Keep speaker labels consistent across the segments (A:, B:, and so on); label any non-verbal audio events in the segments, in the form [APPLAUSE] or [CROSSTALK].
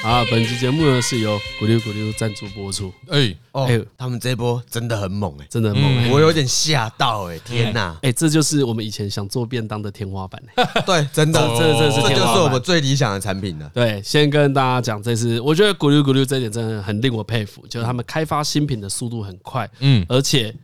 A: 那本期节目呢是由咕溜咕溜赞助播出，
B: 哎，
C: 哦
A: 哎呦，
C: 他们这波真的很猛哎，
A: 真的很
B: 嗯
A: 猛、欸。
C: 我有点吓到哎，天哪！
A: 哎、这就是我们以前想做便当的天花板、 [LAUGHS] 欸。
C: 对，真的，
A: 这这这是
C: 这
A: 天
C: 就
A: 花
C: 是
A: 板
C: 我们最理想的产品了。
A: 对，先跟大家讲，这次我觉得咕噜咕噜这一点真的很令我佩服，就是他们开发新品的速度很快，
B: 嗯，
A: 而且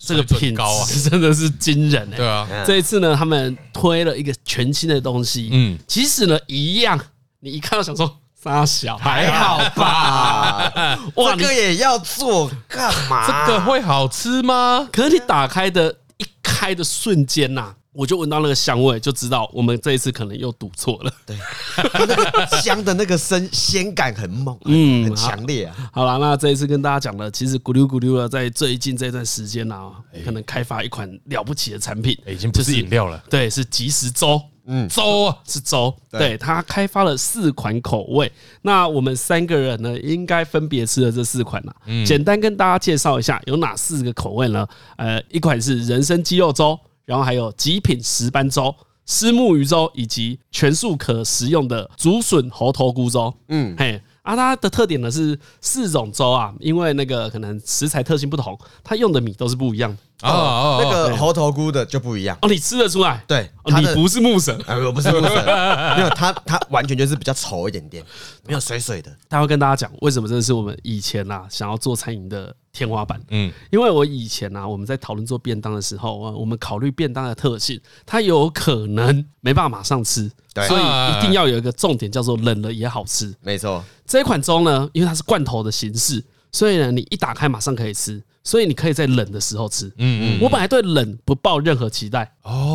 A: 这个
B: 水准
A: 品
B: 高啊
A: [LAUGHS] 质真的是惊人哎、
B: 对啊，
C: 嗯
A: 这一次呢，他们推了一个全新的东西，
B: 嗯，
A: 其实呢一样，你一看到想说傻小，还好
C: [LAUGHS] 吧？
A: 哇，
C: 哇，
A: 你
C: 这个也要做干嘛？
B: 这个会好吃吗？
A: 可是你打开的一开的瞬间呐、我就闻到那个香味，就知道我们这一次可能又赌错
B: [LAUGHS]
A: 了。
C: 它那个香的那个生鲜感很猛，
A: 嗯
C: 嗯，很强烈啊。
A: 好啦，那这一次跟大家讲了，其实咕噜咕噜了，在最近这段时间呐、
B: 哎
A: 可能开发一款了哎不起的产品，
B: 已经不是饮料了，
A: 对，是即食粥。
C: 嗯，
B: 粥啊，
A: 是粥，
C: 对
A: 对它开发了四款口味，那我们三个人呢，应该分别吃了这四款啦。
C: 嗯
A: 简单跟大家介绍一下，有哪四个口味呢？呃，一款是人参鸡肉粥，然后还有极品石斑粥、虱目鱼粥，以及全素可食用的竹笋猴头菇粥。嗯，嘿。啊，它的特点呢是四种粥啊，因为那个可能食材特性不同，它用的米都是不一样的。
B: 啊啊，
C: 那
B: 那个
C: 个猴头菇的就不一样，
A: 哦，你吃得出来？
C: 对
A: 哦
C: 它
A: 你
C: 的
A: 不是木神，
C: 哎，我不是不
A: [LAUGHS]
C: 是，没有它，它完全就是比较稠一点点，没有水水的。
A: 他会跟大家讲为什么这是我们以前啊想要做餐饮的天花板。
B: 嗯，
A: 因为我以前啊我们在讨论做便当的时候，啊我我们考虑便当的特性，它有可能没办法马上吃，
C: 对
B: 啊
A: 所以一定要有一个重点叫做冷了也好吃。
C: 没错，
A: 这一款粥呢，因为它是罐头的形式，所以呢你一打开马上可以吃，所以你可以在冷的时候吃。
B: 嗯嗯，
A: 我本来对冷不抱任何期待，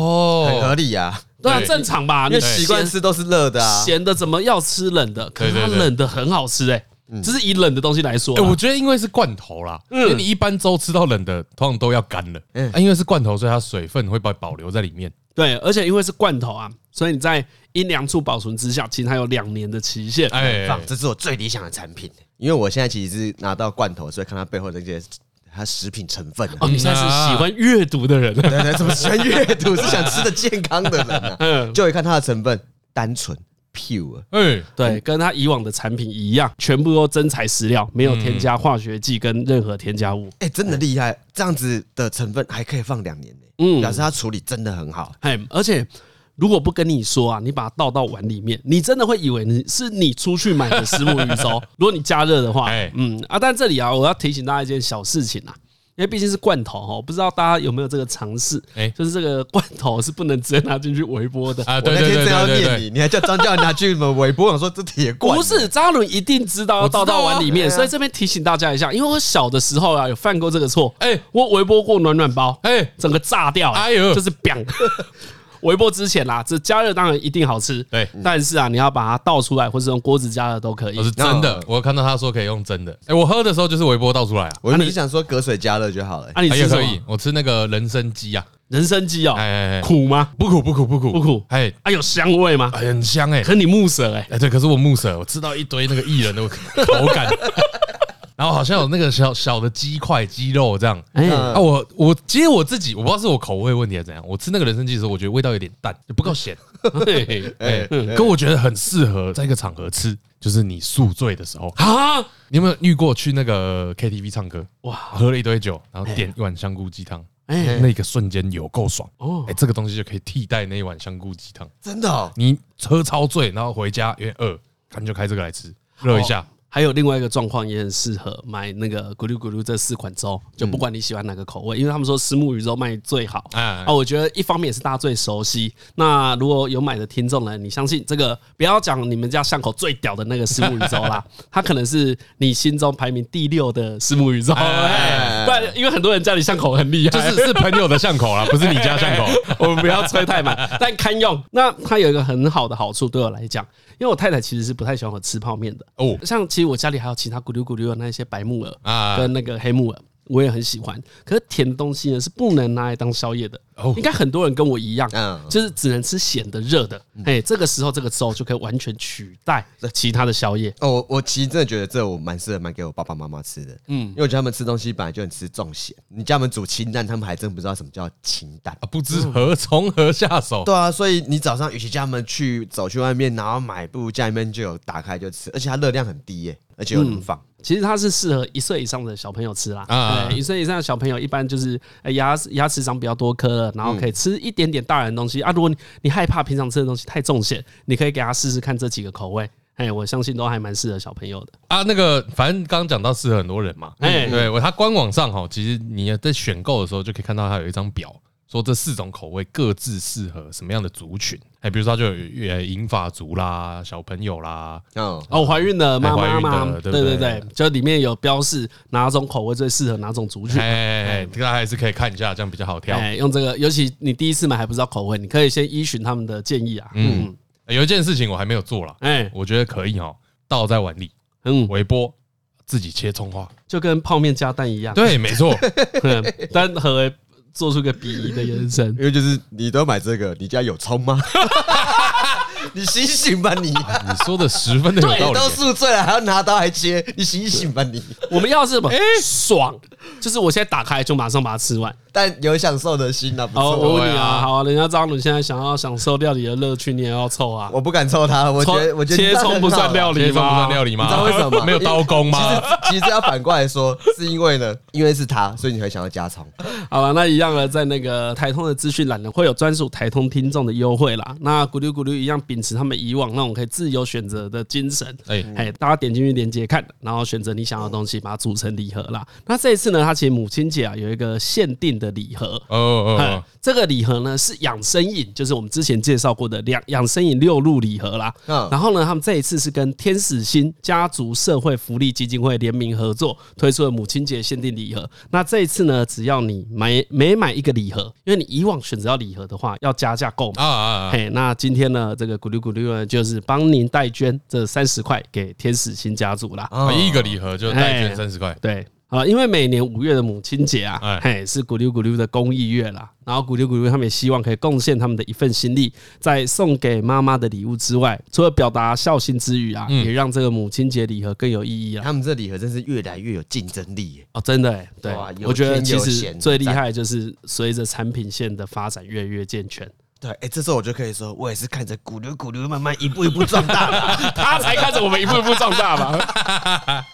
C: 很合
B: 哦，
C: 理啊，
A: 对啊，
B: 对
A: 正常吧？
C: 因为
A: 你
C: 习惯
A: 咸
C: 吃都是热的啊。
A: 咸的怎么要吃冷的？可是它
B: 对对对
A: 冷的很好吃哎，
C: 嗯
A: 就是以冷的东西来说
B: 哎，
A: 啦，
B: 我觉得因为是罐头啦，因为你一般粥吃到冷的，通常都要干了，
C: 嗯
B: 啊，因为是罐头，所以它水分会保保留在里面，
A: 对，而且因为是罐头啊，所以你在阴凉处保存之下，其实它有两年的期限。
B: 哎，
C: 放，这是我最理想的产品，因为我现在其实是拿到罐头，所以看它背后的那些它食品成分啊。
A: 哦，你现在是喜欢阅读的人，
C: 对对，怎么喜欢阅读是想吃的健康的人
B: 嗯
C: 啊？就一看它的成分，单纯 pure，
B: 哎，
A: 对，跟它以往的产品一样，全部都真材实料，没有添加化学剂跟任何添加物。
C: 哎、真的厉害！这样子的成分还可以放两年呢、
A: 嗯
C: 表示它处理真的很好。
A: 哎，而且如果不跟你说啊，你把它倒到碗里面，你真的会以为你是你出去买的石目鱼 [LAUGHS] 粥。如果你加热的话
B: 哎，
A: 嗯啊，但这里啊，我要提醒大家一件小事情啊。因为毕竟是罐头哦，不知道大家有没有这个尝试？
B: 哎
A: 就是这个罐头是不能直接拿进去微波的
B: 啊，
C: 我
B: 对
C: 那
B: 对
C: 天
B: 对
C: 真要
B: 对对
C: 念
B: 对，
C: 你，你还叫张教授拿去什么微波？我说这铁罐，
A: 不是，扎伦一定知道要
B: 我知道
A: 倒
B: 啊
A: 到碗里面，
C: 对啊
A: 所以这边提醒大家一下，因为我小的时候啊有犯过这个错，
B: 哎
A: 我微波过暖暖包，
B: 哎，
A: 整个炸掉，
B: 哎呦
A: 就是
B: [LAUGHS]
A: biang。微波之前啊啦，这加热当然一定好吃，
B: 对
A: 但是啊，你要把它倒出来，或是用锅子加热都可以
B: 我。哦是真的，我看到他说可以用真的，哎，我喝的时候就是微波倒出来啊，
C: 我原本是想说隔水加热就好了、
A: 啊，你
B: 哎
A: 吃
B: 也
A: 什
B: 可
A: 么
B: 以？，我吃那个人参鸡啊，
A: 人参鸡哦
B: 哎，哎哎，
A: 苦吗？
B: 不苦不苦不苦
A: 不苦
B: 哎，
A: 啊，有香味吗？
B: 哎很香哎，
A: 可你木舌哎，
B: 哎，对，可是我木舌，我吃到一堆那个薏仁的口感， [LAUGHS] 然后好像有那个小小的鸡块、鸡肉这样。
A: 哎
C: 嗯
B: 啊，我我其实我自己我不知道是我口味问题还是怎样，我吃那个人参鸡的时候，我觉得味道有点淡，就不够咸，
A: 嘿
B: [LAUGHS]
A: 嘿
B: 哎，可我觉得很适合在一个场合吃，就是你宿醉的时候。
A: 啊，
B: 你有没有遇过去那个 KTV 唱歌，哇，
A: 哇，
B: 喝了一堆酒，然后点一碗香菇鸡汤，
A: 哎
B: 那个瞬间有够爽
A: 哦
B: 哎，这个东西就可以替代那一碗香菇鸡汤。
C: 真的、哦。
B: 你喝超醉，然后回家有点饿，看就开这个来吃，热一下。
A: 还有另外一个状况也很适合买那个咕噜咕噜这四款粥，就不管你喜欢哪个口味，因为他们说石目鱼粥卖最好
B: 哎
A: 啊。我觉得一方面也是大家最熟悉。那如果有买的听众呢，你相信这个不要讲你们家巷口最屌的那个石目鱼粥
B: [LAUGHS]
A: 啦，它可能是你心中排名第六的石目鱼粥。哎 [LAUGHS] 不然因为很多人家里巷口很厉害，
B: [LAUGHS] 嗯就是是朋友的巷 [LAUGHS] 口啦，不是你家巷口。
A: [LAUGHS] 我们不要吹太满，但堪用。那它有一个很好的好处，对我来讲，因为我太太其实是不太喜欢我吃泡面的
B: 哦
A: 像其实我家里还有其他咕噜咕噜的那一些白木耳
B: 啊
A: 跟那个黑木耳。我也很喜欢。可是甜的东西呢是不能拿来当宵夜的
B: 哦，啊
A: 应该很多人跟我一样，
C: 嗯
A: 就是只能吃咸的、热的。
B: 嗯
A: 哎，这个时候这个时候就可以完全取代其他的宵夜。
C: 哦，我我其实真的觉得这我蛮适合买给我爸爸妈妈吃的，嗯，因为我觉得他们吃东西本来就很吃重咸，你叫他们煮清淡，他们还真不知道什么叫清淡。
A: 哦
B: 啊不知何从何下手。
C: 对啊，所以你早上与其叫他们去走去外面，然后买，不如家里面就有打开就吃，而且它热量很低耶、而且又
A: 嗯
C: 能放。
A: 其实它是适合一岁以上的小朋友吃啦。
B: 啊
A: 啊，一岁以上的小朋友一般就是呃牙牙齿长比较多颗了，然后可以吃一点点大人的东西啊。如果你你害怕平常吃的东西太重咸，你可以给他试试看这几个口味。哎，我相信都还蛮适合小朋友的。
B: 啊，那个反正刚刚讲到适合很多人嘛，哎、
A: 哎
B: 对我它官网上哈，其实你在选购的时候就可以看到它有一张表，说这四种口味各自适合什么样的族群，哎、比如说它就有呃银发族啦、小朋友 [LAUGHS] 啦，
C: 嗯，
A: 哦，怀孕的妈妈
B: 啊哎怀孕
A: 嘛
B: 的，对
A: 对
B: 不对
A: 对对，就里面有标示哪种口味最适合哪种族群。
B: 哎、大家还是可以看一下，这样比较好挑。
A: 哎，用这个，尤其你第一次买还不知道口味，你可以先依循他们的建议啊。嗯，
B: 哎有一件事情我还没有做啦，
A: 哎，
B: 我觉得可以哦，倒在碗里，
A: 嗯，
B: 微波，自己切葱花。
A: 就跟泡面加蛋一样。
B: 对，没错，
A: 对，但何为做出个鄙夷的眼神
C: 因？为就是你都买这个，你家有葱吗？ [LAUGHS] 你醒醒吧你！
A: 哎
B: 你说的十分的有道
C: 你
B: 理
C: 都。宿醉了还要拿刀来切，你醒醒吧你！
A: 我们要是什么？爽，就是我现在打开就马上把它吃完。
C: 但有享受的心啊，不
A: 好，我
C: 错。
A: 问你
B: 啊
A: 啊，好啊，人家张伦现在想要享受料理的乐趣，你也要凑啊。
C: 我不敢抽他，我觉得
A: 葱
C: 我觉得
A: 切葱不算
C: 啊
A: 料理
B: 切葱不算
A: 吗？
B: 料理吗？
C: 你知道为什 [LAUGHS] 么吗
B: 没有刀工吗？
C: 其实，其实要反过来说，是因为呢，因为是他，所以你会想要加哎葱。
A: 好了，那一样了，啊在那个台通的资讯栏呢，会有专属台通听众的优惠啦。那咕噜咕噜一样秉持他们以往那种可以自由选择的精神，
B: 哎
A: 哎、大家点进去链接看，然后选择你想要的东西，把它组成礼盒啦。那这一次呢，它其实母亲节啊有一个限定的礼盒。
B: 哦哦
A: 哎
B: 哦，
A: 这个礼盒呢是养生饮，就是我们之前介绍过的两养生饮六路礼盒啦。
C: 嗯
A: 然后呢，他们这一次是跟天使星家族社会福利基金会联名合作推出了母亲节限定礼盒。那这一次呢，只要你买每买一个礼盒，因为你以往选择要礼盒的话，要加价购买。
B: 啊啊啊！
A: 嘿，那今天呢，这个咕噜咕噜呢，就是帮您代捐这三十块给天使星家族啦。
B: 啊一个礼盒就代捐三十块，
A: 对。啊，因为每年五月的母亲节
B: 哎
A: 啊，嘿，是咕噜咕噜的公益月啦。然后咕噜咕噜他们也希望可以贡献他们的一份心力，在送给妈妈的礼物之外，除了表达孝心之余啊，也让这个母亲节礼盒更有意义啊。
C: 他们这礼盒真是越来越有竞争力耶。
A: 哦，真的、欸，对
C: 哇，有
A: 我觉得
C: 天
A: 其
C: 有
A: 实
C: 闲
A: 最厉
C: 赞
A: 害就是随着产品线的发展越来越健全，
C: 对，哎、这时候我就可以说，我也是看着咕噜咕噜慢慢一步一步壮大
A: [LAUGHS]
C: 的。
A: 他才看着我们一步一步壮大 [LAUGHS] 吧。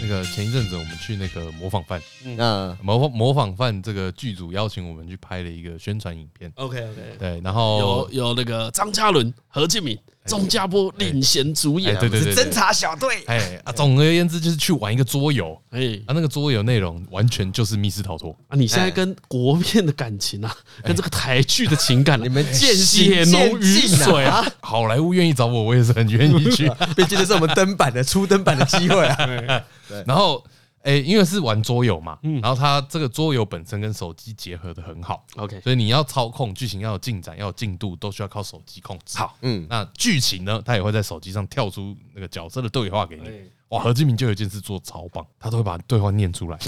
B: 那个前一阵子我们去那个模仿犯，
C: [LAUGHS] 嗯，
B: 模仿模仿犯这个剧组邀请我们去拍了一个宣传影片，
A: OK [LAUGHS] OK，
B: 对，然
A: 有
B: 后
A: 有那个张嘉伦、何敬敏、钟家波领衔主演
B: 哎，对对对
C: 啊是侦
B: 对，
C: 查小队。
B: 哎啊，总而言之就是去玩一个桌游，
A: 哎
B: 啊，那个桌游内容完全就是密室逃脱，
A: 啊，你现在跟国片的感情啊，跟这个台剧的情感啊、
C: 你们
A: 见血
C: 渐
A: 浓于
C: 进啊
A: 水啊！
B: 好莱坞愿意找我，我也是很愿意去。
C: [LAUGHS] 毕竟这是我们登版的初登版的机会 [LAUGHS] 啊！
B: 然后，哎、因为是玩桌游嘛，
A: 嗯
B: 然后它这个桌游本身跟手机结合的很好
A: OK
B: 所以你要操控剧情，要有进展，要有进度，都需要靠手机控制。好，嗯，那剧情呢，它也会在手机上跳出那个角色的对话给
A: 哎
B: 你。哇，何志明就有一件事做超棒，他都会把对话念出来，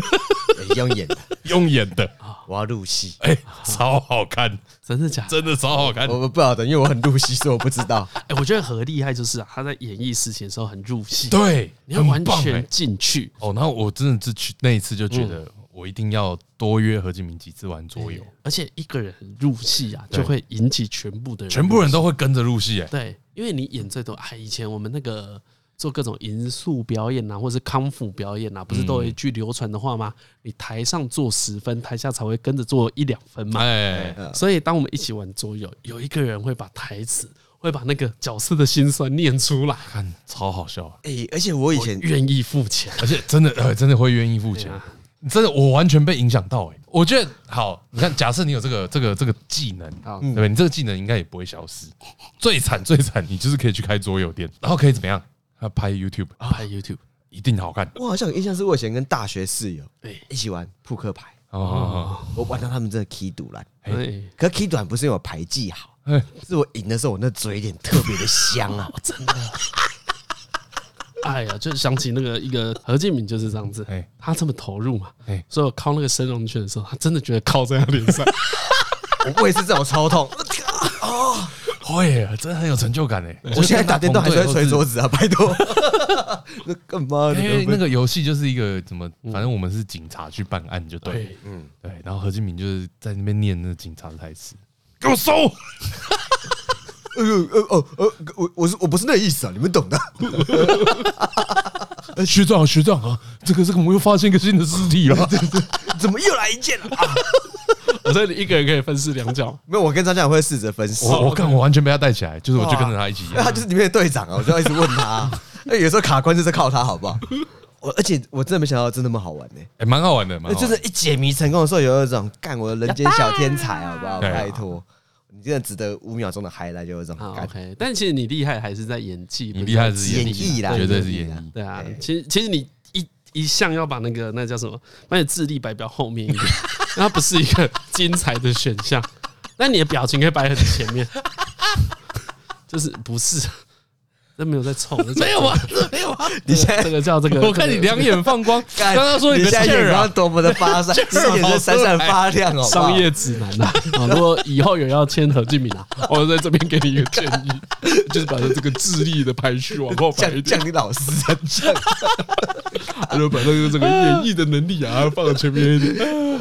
B: [LAUGHS]
C: 用哎演的，哦
B: 用演
A: [LAUGHS]
B: 的，
C: 我要入戏。
B: 哎、超好看，
A: 真的假的？
B: 真的超好看。
A: 哦
C: 我我不晓得，因为我很入戏，所以我不知道。
A: 哎、我觉得何厉害就是啊，他在演绎事情的时候很入戏，
B: 对，
A: 你要
B: 很
A: 完
B: 棒哎
A: 全嗯进去。
B: 哦，然后我真的是去那一次就觉得，我一定要多约何敬明几次玩桌游，
A: 而且一个人入戏啊，
B: 对
A: 就会引起全部的人入戏，
B: 全部人都会跟着入戏哎、
A: 对，因为你演最多。哎，以前我们那个做各种银术表演啊，或是康复表演啊，不是都有一句流传的话吗？你台上做十分，台下才会跟着做一两分嘛。
B: 哎，
A: 所以当我们一起玩桌游，有一个人会把台词，会把那个角色的心酸念出来，
B: 看超好笑，
C: [LAUGHS] 哎、而且我以前
A: 愿意付钱。
B: 而且真的呃真的会愿意付钱，真的我完全被影响到哎、我觉得好，你看，假设你有这个这个这个技能，
A: 好
B: 对不对？你这个技能应该也不会消失。最惨最惨，你就是可以去开桌游店，然后可以怎么样？他拍 YouTube，
A: 拍 YouTube，
B: 一定好看
C: 我好像有印象是我以前跟大学室友
A: 哎
C: 一起玩扑克牌，
B: 哦。
C: 我玩到他们真的 key 赌烂。
A: 哎，
C: 可 key 短不是因为我牌技好，
B: 哎
C: 是我赢的时候我那嘴脸特别的香啊！真的，
A: 哎呀，就是想起那个一个何敬敏就是这样子
B: 哎，
A: 他这么投入嘛
B: 哎，
A: 所以我靠那个升龙拳的时候，他真的觉得靠在他脸上，
C: 我也是这种超痛，
B: 会耶，真的很有成就感哎！
C: 我现在打电动还是会捶桌
B: 子。
C: 子啊，拜托。 [LAUGHS] 那干嘛？
B: 因为
C: 那
B: 哎那
C: 个
B: 个游戏就是一个怎么，反正我们是警察去办案就对了，嗯，对。然后何敬明就是在那边念那警察的台词，给我搜！
C: 呃呃呃呃，我我是我不是那个意思啊，你们懂的。 [LAUGHS]
B: 哎学长啊学长啊，这个这个我们又发现一个新的尸体了，
C: 怎么又来一件了啊？
A: 所以你一个人可以分饰两角。
C: 没有，我跟张家长会试着分析。
B: 我我看我完全被他带起来，就是我就跟着他一起
C: 因为他就是里面的队长啊，我就要一直问他。 [LAUGHS] 那有时候卡关就是靠他，好不好？我而且我真的没想到，真那么好玩呢、
B: 哎，蛮好玩的，蛮好
C: 就
B: 玩
C: 是
B: 的。
C: 一解谜成功的时候，有一种干我的人间小天才，好不好？
B: 对啊
C: 拜托，你真的值得五秒钟的 high 来，就有这种
A: 好
C: 感
A: 啊
C: 觉。
A: ，OK，但其实你厉害还是在演技，
B: 你厉害
A: 不
B: 是演啊
C: 演绎啦
B: 绝对是演
C: 演绎啦
B: 绎。
A: 对啊，其实其实你一一向要把那个那叫什么，把你的智力摆比较后面一点， [LAUGHS] 那不是一个精彩的选项。那你的表情可以摆很前面， [LAUGHS] 就是不是？啊这没有在冲，没有啊，
B: [LAUGHS] 没有啊，
C: 你现在
A: 这个叫这个。
B: 我看你
A: 这个
B: 两眼放
A: [LAUGHS]
B: 光，
C: 干
B: 刚刚说你
C: 你
B: 的
C: 现在
B: 劲
C: 眼
B: 儿
C: 光
B: 啊，
C: 多么的发
B: [LAUGHS]
C: 散，你眼睛闪闪发亮哦。
A: 商业指南呐、啊，如果以后有要签何敬敏啊，我在这边给你一个建议，就是把这个智力的排序往后摆一
B: [LAUGHS]
C: 降
A: 点
C: 降，你老师真正
A: 然后把那个这个演绎的能力啊放到前面一点。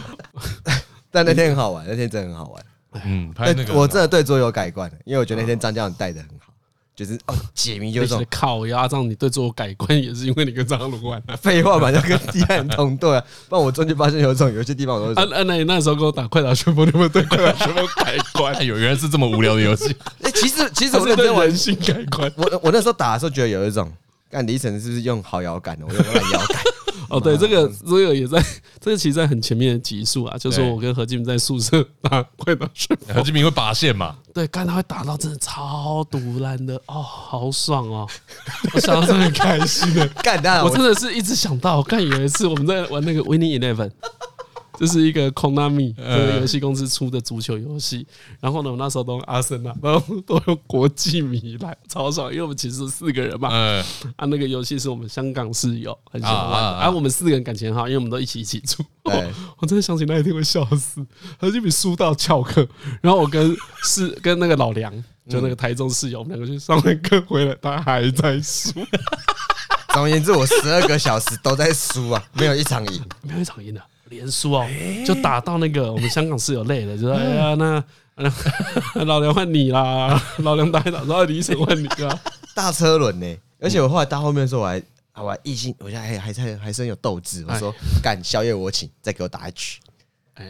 C: 但那天很好玩，那天真的很好玩。
B: 嗯，
A: 哎
B: 拍那
C: 但
B: 个
C: 我真的对桌游改观了，因为我觉得那天张家长带的很好，
B: 啊
C: 就是哦解谜就是这
A: 而
B: [LAUGHS]
C: 种
A: 且靠压让你对自我改观也是因为你跟张翰伦玩 [LAUGHS] 啊。
C: 废话嘛，要跟敌人同队啊。不然我中间发现有一种有些地方我都
A: 啊
C: 是，
A: 啊！那你那时候跟我打快打旋风，你们对快打旋风改观， [LAUGHS]
B: 哎呦，原来是这么无聊的游戏，
C: 哎，其实其实
A: 这
C: 我
A: 是
C: 认
A: 对
C: 真玩
A: 人，性改 [LAUGHS] 观。
C: 我我那时候打的时候觉得有一种，干李晨是不是用好摇杆的？我用软摇杆，
A: 哦，对，这个这个也在，这个其实在很前面的集数啊，就是
B: 对
A: 我跟何进在宿舍打快打旋
B: 何
A: 风，
B: 敬明会拔线嘛？
A: [LAUGHS] 对，刚才会打到真的超毒烂的哦，好爽哦！ [LAUGHS] 我想到真的很开心的，
C: 干当然
A: 我真
C: 我
A: 的是一直想到，我看有一次我们在玩那个 Winning Eleven，就是一个 Konami 这个游戏公司出的足球游戏。然后呢，我那时候都用阿森纳，然后都用国际米兰，超爽，因为我们其实是四个人嘛。
B: 嗯，
A: 啊，那个游戏是我们香港室友很喜欢玩的，
B: 啊啊啊
A: 啊，我们四个人感情很好，因为我们都一起一起住。
C: 对
A: [LAUGHS] 我真的想起那一天会笑死，何金比输到翘课，然后我跟是跟那个老梁，就那个台中室友，我们两个去上完课回来，他还在输。
C: 总而言之，我十二个小时都在输啊，没有一场赢。
A: 没有一场赢的，连输哦，就打到那个我们香港室友累了，就说哎呀那。 [LAUGHS] 那老梁换你啦，老梁打一打，然后李晨换你啊啦。
C: 大车轮呢，而且我后来到后面的时候，我还啊我还一心，我现在还还是还是很有斗志。
A: 哎
C: 我说干宵夜我请，再给我打一局，
B: 哦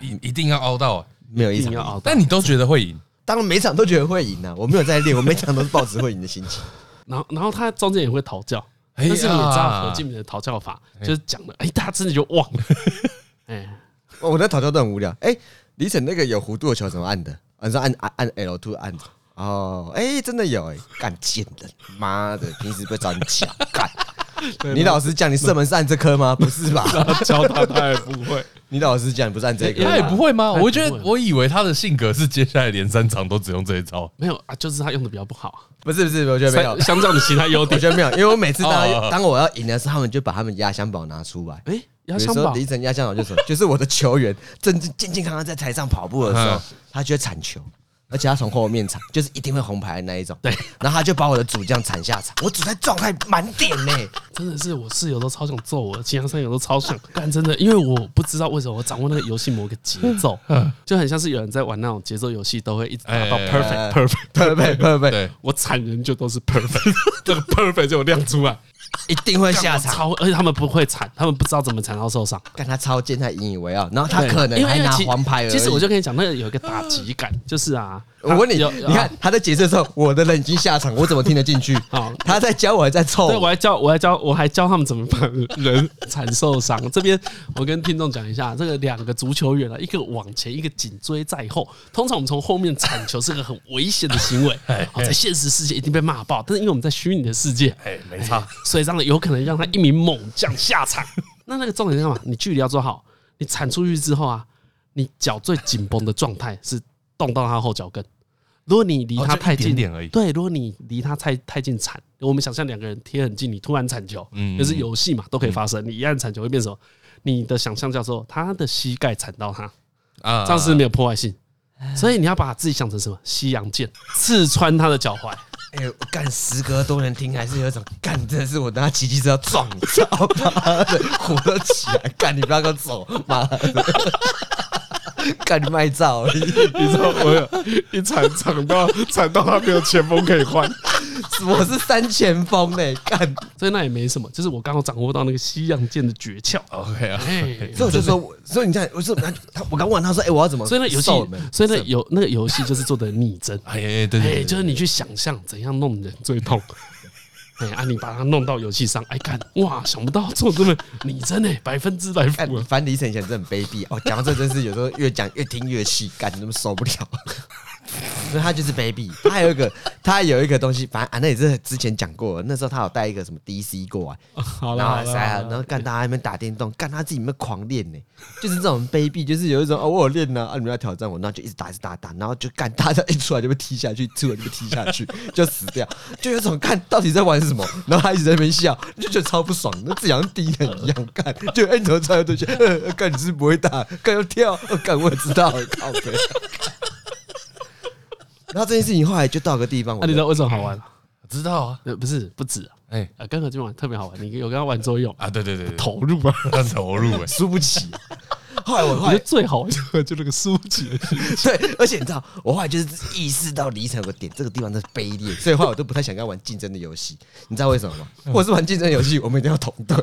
B: 一一定要凹到啊，
C: 没有
A: 一
C: 一
A: 定
C: 场
A: 要
C: 赢。
A: 熬到。
B: 但你都觉得会赢，
C: 当然每场都觉得会赢啊，我没有在练，我每场都是抱着会赢的心情。
A: 然后，然后他中间也会讨教，
B: 哎
A: 但
B: 呀
A: 是你也知道何敬明的讨教法，就是讲的，哎，大家真的就忘 [LAUGHS] 了。哎，
C: 哦我那讨教都很无聊。哎、李晨那个有弧度的球怎么按的？啊、你说按按按 L two 按的。哦，哎、真的有哎、干贱人，妈的，平时被找你抢，干。你老师讲你射门是按这颗吗？不是吧？
A: 然后教他他也不会，
C: 你老师讲你不是按这颗吗，
B: 他也不会吗？
A: 他也哎不
B: 我
A: 会
B: 觉得我以为他的性格是接下来连三场都只用这一招，
A: [LAUGHS] 没有啊，就是他用的比较不好，
C: 不是不是，我觉得没有
A: 相，相较你其他优
C: 我
A: 点。
C: 觉得没有，因为我每次当
B: 哦
C: 当我要赢的时候，他们就把他们压箱宝拿出来。
A: 哎，
C: 比
A: 压
C: 如
A: 箱
C: 说
A: 宝
C: 李晨压箱宝就是
A: [LAUGHS]
C: 什么就是我的球员正健健康康在台上跑步的时候
B: 嗯，
C: 他就会铲球，而且他从后面铲，就是一定会红牌的那一种。对，然后他就把我的主将铲下场，我主在状态满点
A: [LAUGHS]
C: 呢、
A: 真的是我室友都超想揍我，其他室友都超想 [LAUGHS] 干，真的，因为我不知道为什么我掌握那个游戏某个节
B: [LAUGHS]
A: 奏，就很像是有人在玩那种节奏游戏，都会一直达到
B: 嗯哎
A: 啊哦 perfect perfect，
C: 对不对？对不对？
B: 对，
A: 我铲人就都是
B: [LAUGHS]
A: perfect，这个 perfect 就有亮出来，
C: 一定会下
A: 我
C: 场。
A: 超，而且他们不会铲，他们不知道怎么铲到受伤。
C: 看他超贱，他引以为傲，然后他
A: 对
C: 可能
A: 因为
C: 还
A: 因为
C: 拿
A: 其
C: 黄牌而已。
A: 其实我就跟你讲，那个有一个打击感，就是啊，
C: 我问你，
A: 有
C: 你看，他在解释的时候，我的人已经下场，我怎么听得进去
A: 好？
C: 他在教我，还在凑
A: 对，我
C: 我。
A: 还教我还教我还教他们怎么把人铲受伤。这边我跟听众讲一下，这个两个足球员啊，一个往前，一个紧追在后。通常我们从后面铲球是个很危险的行为，好在现实世界一定被骂爆，但是因为我们在虚拟的世界，
B: 哎，没差，
A: 所以这样的有可能让他一名猛将下 [LAUGHS] 场。那那个重点是干嘛？你距离要做好，你铲出去之后啊，你脚最紧绷的状态是动到他后脚跟。如果你离
B: 哦
A: 他
B: 就一
A: 太
B: 点
A: 近
B: 点而已
A: 对，如果你离他太太近铲，我们想象两个人贴很近，你突然铲球，
B: 嗯
A: 就是游戏嘛，都可以发生。你一按铲球会变什么？你的想象叫做他的膝盖铲到他，
B: 啊
A: 这样是不是没有破坏性。所以你要把自己想成什么？西洋剑刺穿他的脚踝，
C: 哎呦，干时隔多年听，还是有一种干，真的是我拿骑机车要撞你，操妈的，火都起来，干你不要给我走，妈的，干你卖照，
A: 你
B: 啊
A: 知道我有 [LAUGHS] 一铲铲到铲到他没有前锋可以换，
C: 我是三前锋嘞，干，
A: 所以那也没什么，就是我刚好掌握到那个西洋剑的诀窍。
B: OK 啊，
A: 哎，
C: 所以我就说我，所以你看，我说他他，我刚问他说，哎，我要怎么
A: 所以那游戏
C: 瘦呢？，
A: 所以那有那个游戏就是做的拟真，
B: 哎哎对
A: 哎，
B: 对，
A: 就是你去想象怎样弄人最痛。哎啊，你把它弄到游戏上，哎看，哇，想不到做这么拟真哎，百分之百
C: 干
A: 符合，
C: 反正李晨以前真的很卑鄙 [LAUGHS] 哦，讲到这真是有时候越讲越听越气，干你怎么受不了？ [LAUGHS] 所以他就是卑鄙，他还有一个他还有一个东西，反正啊那也是之前讲过，那时候他有带一个什么 DC 过来，啊
A: 好了
C: 然后
A: 好
C: 还塞
A: 了
C: 啊，然后干大家在那边打电动，干他自己在那边狂练呢， [LAUGHS] 就是这种卑鄙，就是有一种哦我有练呢，啊你们要挑战我，然后就一直打一直打打，然后就干大家一出来就被踢下去，出来就被踢下去， [LAUGHS] 就死掉，就有一种看到底在玩什么，然后他一直在那边笑，就觉得超不爽，那自己好像低能一样，干就哎你怎么穿的东西，呃干你是不是不会打，干要跳，呃干我也知道，靠背。 [LAUGHS] 然后这件事情后来就到个地方，
A: 那
C: 我
A: 啊你知
C: 就
A: 道为什么好玩？
B: 知道啊，
A: 呃，不是不止啊，
B: 哎
A: 呃跟何俊玩特别好玩，你有跟他玩桌游，
B: 啊，对对对对，
A: 投入
B: [LAUGHS]
A: 啊，
B: 很投入哎，
C: 输不起。后来我
A: 我
C: 后
A: 觉
C: 来
A: 得最好玩的就那个输起的 [LAUGHS] 事情，
C: 对，而且你知道，我后来就是意识到李晨有个点，这个地方真是卑劣，所以后来我都不太想跟他玩竞争的游戏。你知道为什么吗？
A: 嗯
C: 我是玩竞争游戏，我们一定要同
A: [LAUGHS]
C: 队，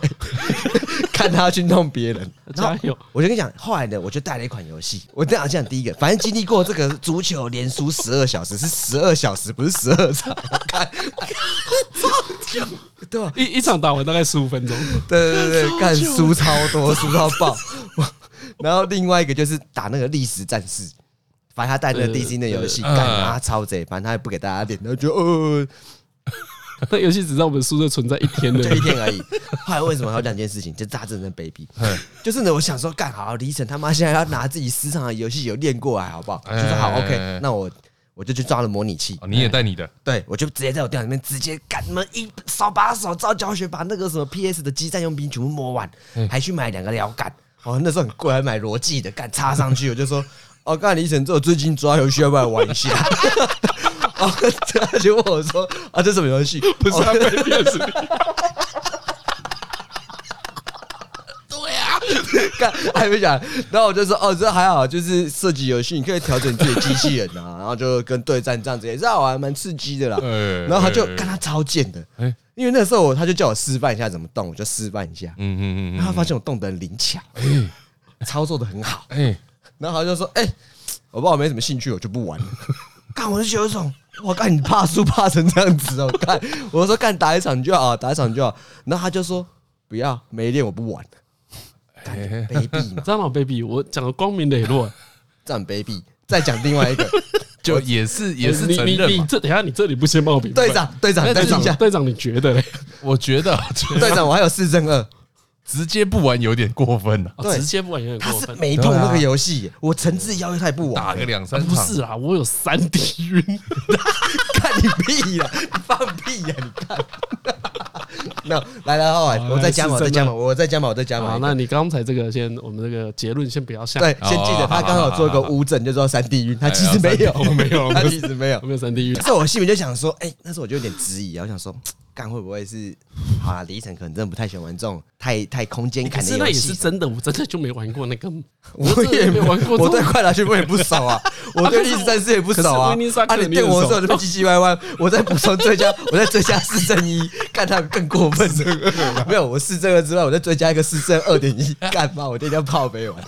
C: 看他去弄别人。然后
A: 加油！
C: 我就跟你讲，后来呢，我就带了一款游戏。我这样讲第一个，反正经历过这个足球连输十二小时，是十二小时，不是十
A: [LAUGHS]
C: 二场。看，对啊吧？
A: 一一场打完大概十五分钟， [LAUGHS]
C: 对对对对，干输超多，输到爆。 [LAUGHS] 我然后另外一个就是打那个历史战士，反正他带那个
A: 呃
C: DC 那游戏，
B: 呃
C: 干他超贼，反正他也不给大家练，然后就呃，
A: 那游戏只让我们宿舍存在一天的
C: 就一天而已。后来为什么还有两件事情？就大家真的卑鄙，就是呢，我想说，干好，李晨他妈现在要拿自己私藏的游戏有练过来，好不好？就
B: 哎
C: 说好
B: 哎哎
C: ，OK，
B: 哎
C: 那我我就去抓了模拟器
B: 哦，你也带你的，
C: 对，我就直接在我电脑里面直接干他妈一手把手照教学，把那个什么 PS 的基站用品全部摸完，还去买两个摇杆。哦，那时候很贵，还买罗技的，干插上去，我就说，哦，干李晨，这我最近抓游戏，要不要玩一下？ [LAUGHS] 哦，他就问我说，啊，这什么游戏？
A: [LAUGHS] 不
B: 哦
A: 是他被骗是
C: [LAUGHS] 干还没讲，然后我就说哦，这还好，就是射击游戏，你可以调整自己的机器人
B: [LAUGHS]
C: 啊，然后就跟对战这样子，也是好玩，蛮刺激的啦。
B: 哎
C: 然后他就
B: 哎
C: 看他超贱的
B: 哎，
C: 因为那时候我他就叫我示范一下怎么动，我就示范一下，
B: [LAUGHS] 嗯嗯哎
C: [LAUGHS] 然后他发现我动得很灵巧，操作的很好，
B: 嗯，
C: 然后他就说：“哎、我爸我没什么兴趣，我就
B: [LAUGHS]
C: 不玩了。”干，我就有一种，我干你怕输怕成这样子哦！干，我说干打一场就好，打一场就好。然后他就说：“不要，没练我不玩。”干
B: 哎
C: 卑鄙嘛，
A: 蟑螂 baby，我讲的光明磊落，
C: 这很卑鄙。再讲另外一个 [LAUGHS]
B: 就也是也是
A: 你
B: 承
A: 你
B: 认
A: 你
B: 嘛。
A: 这等一下你这里不先帮我评分
C: 队，长，队长，
A: 那
C: 队长一下，
A: 队长你觉得嘞？
B: 我觉得啊就
C: 队长，我还有四正二，
B: 直接不玩有点过分啊了，
A: 哦
C: 对
A: 直接不玩有点
C: 他
A: 过
C: 是
A: 分。
C: 没碰那个游戏耶，我诚挚邀约他也 [LAUGHS] 不
B: 打
C: 玩
B: 个
C: 耶，
B: 两三
A: 不
B: 场
A: 是啊，我有三 D 晕，
C: 看你屁呀，你放屁呀，你看。 [LAUGHS] 那来来，后来
A: 好
C: 我再加码，
A: 来四正
C: 再
A: 二
C: 加码，我再加码，我再加码
A: 好，
C: 一个。
A: 那你刚才这个先，我们这个结论先不要下，
C: 对，先记得他刚好做一个乌镇，就说三地晕，他其实没有，
B: 哎呀三 D 晕没有
C: [LAUGHS] 他其实没有
A: 有。没有三
C: [LAUGHS]
A: D 晕？
C: 所以我心里就想说，哎，那时候我就有点质疑啊，我想说，干会不会是好啦？李晨可能真的不太喜欢玩这种太太空间
A: 可
C: 感的
A: 是那
C: 游
A: 也是
C: 戏。
A: 真的，我真的就没玩过那个，
C: [LAUGHS] 我
A: 真的
C: 也
A: 没玩过这种。
C: 我对快打旋风也不
A: [LAUGHS]
C: 熟啊，我对历史战士也不熟
A: 可是维哦
C: 啊
A: 尼萨。克
C: 啊，你
A: 你
C: 电
A: 很熟
C: 我的时候就被唧唧歪歪，我在补充追加， [LAUGHS] 我在追加四正一，干他们更过
A: [LAUGHS]
C: 分了。没有，我四正二之外，我再追加一个四正二点
A: [LAUGHS]
C: 一，干嘛？我这叫炮杯玩。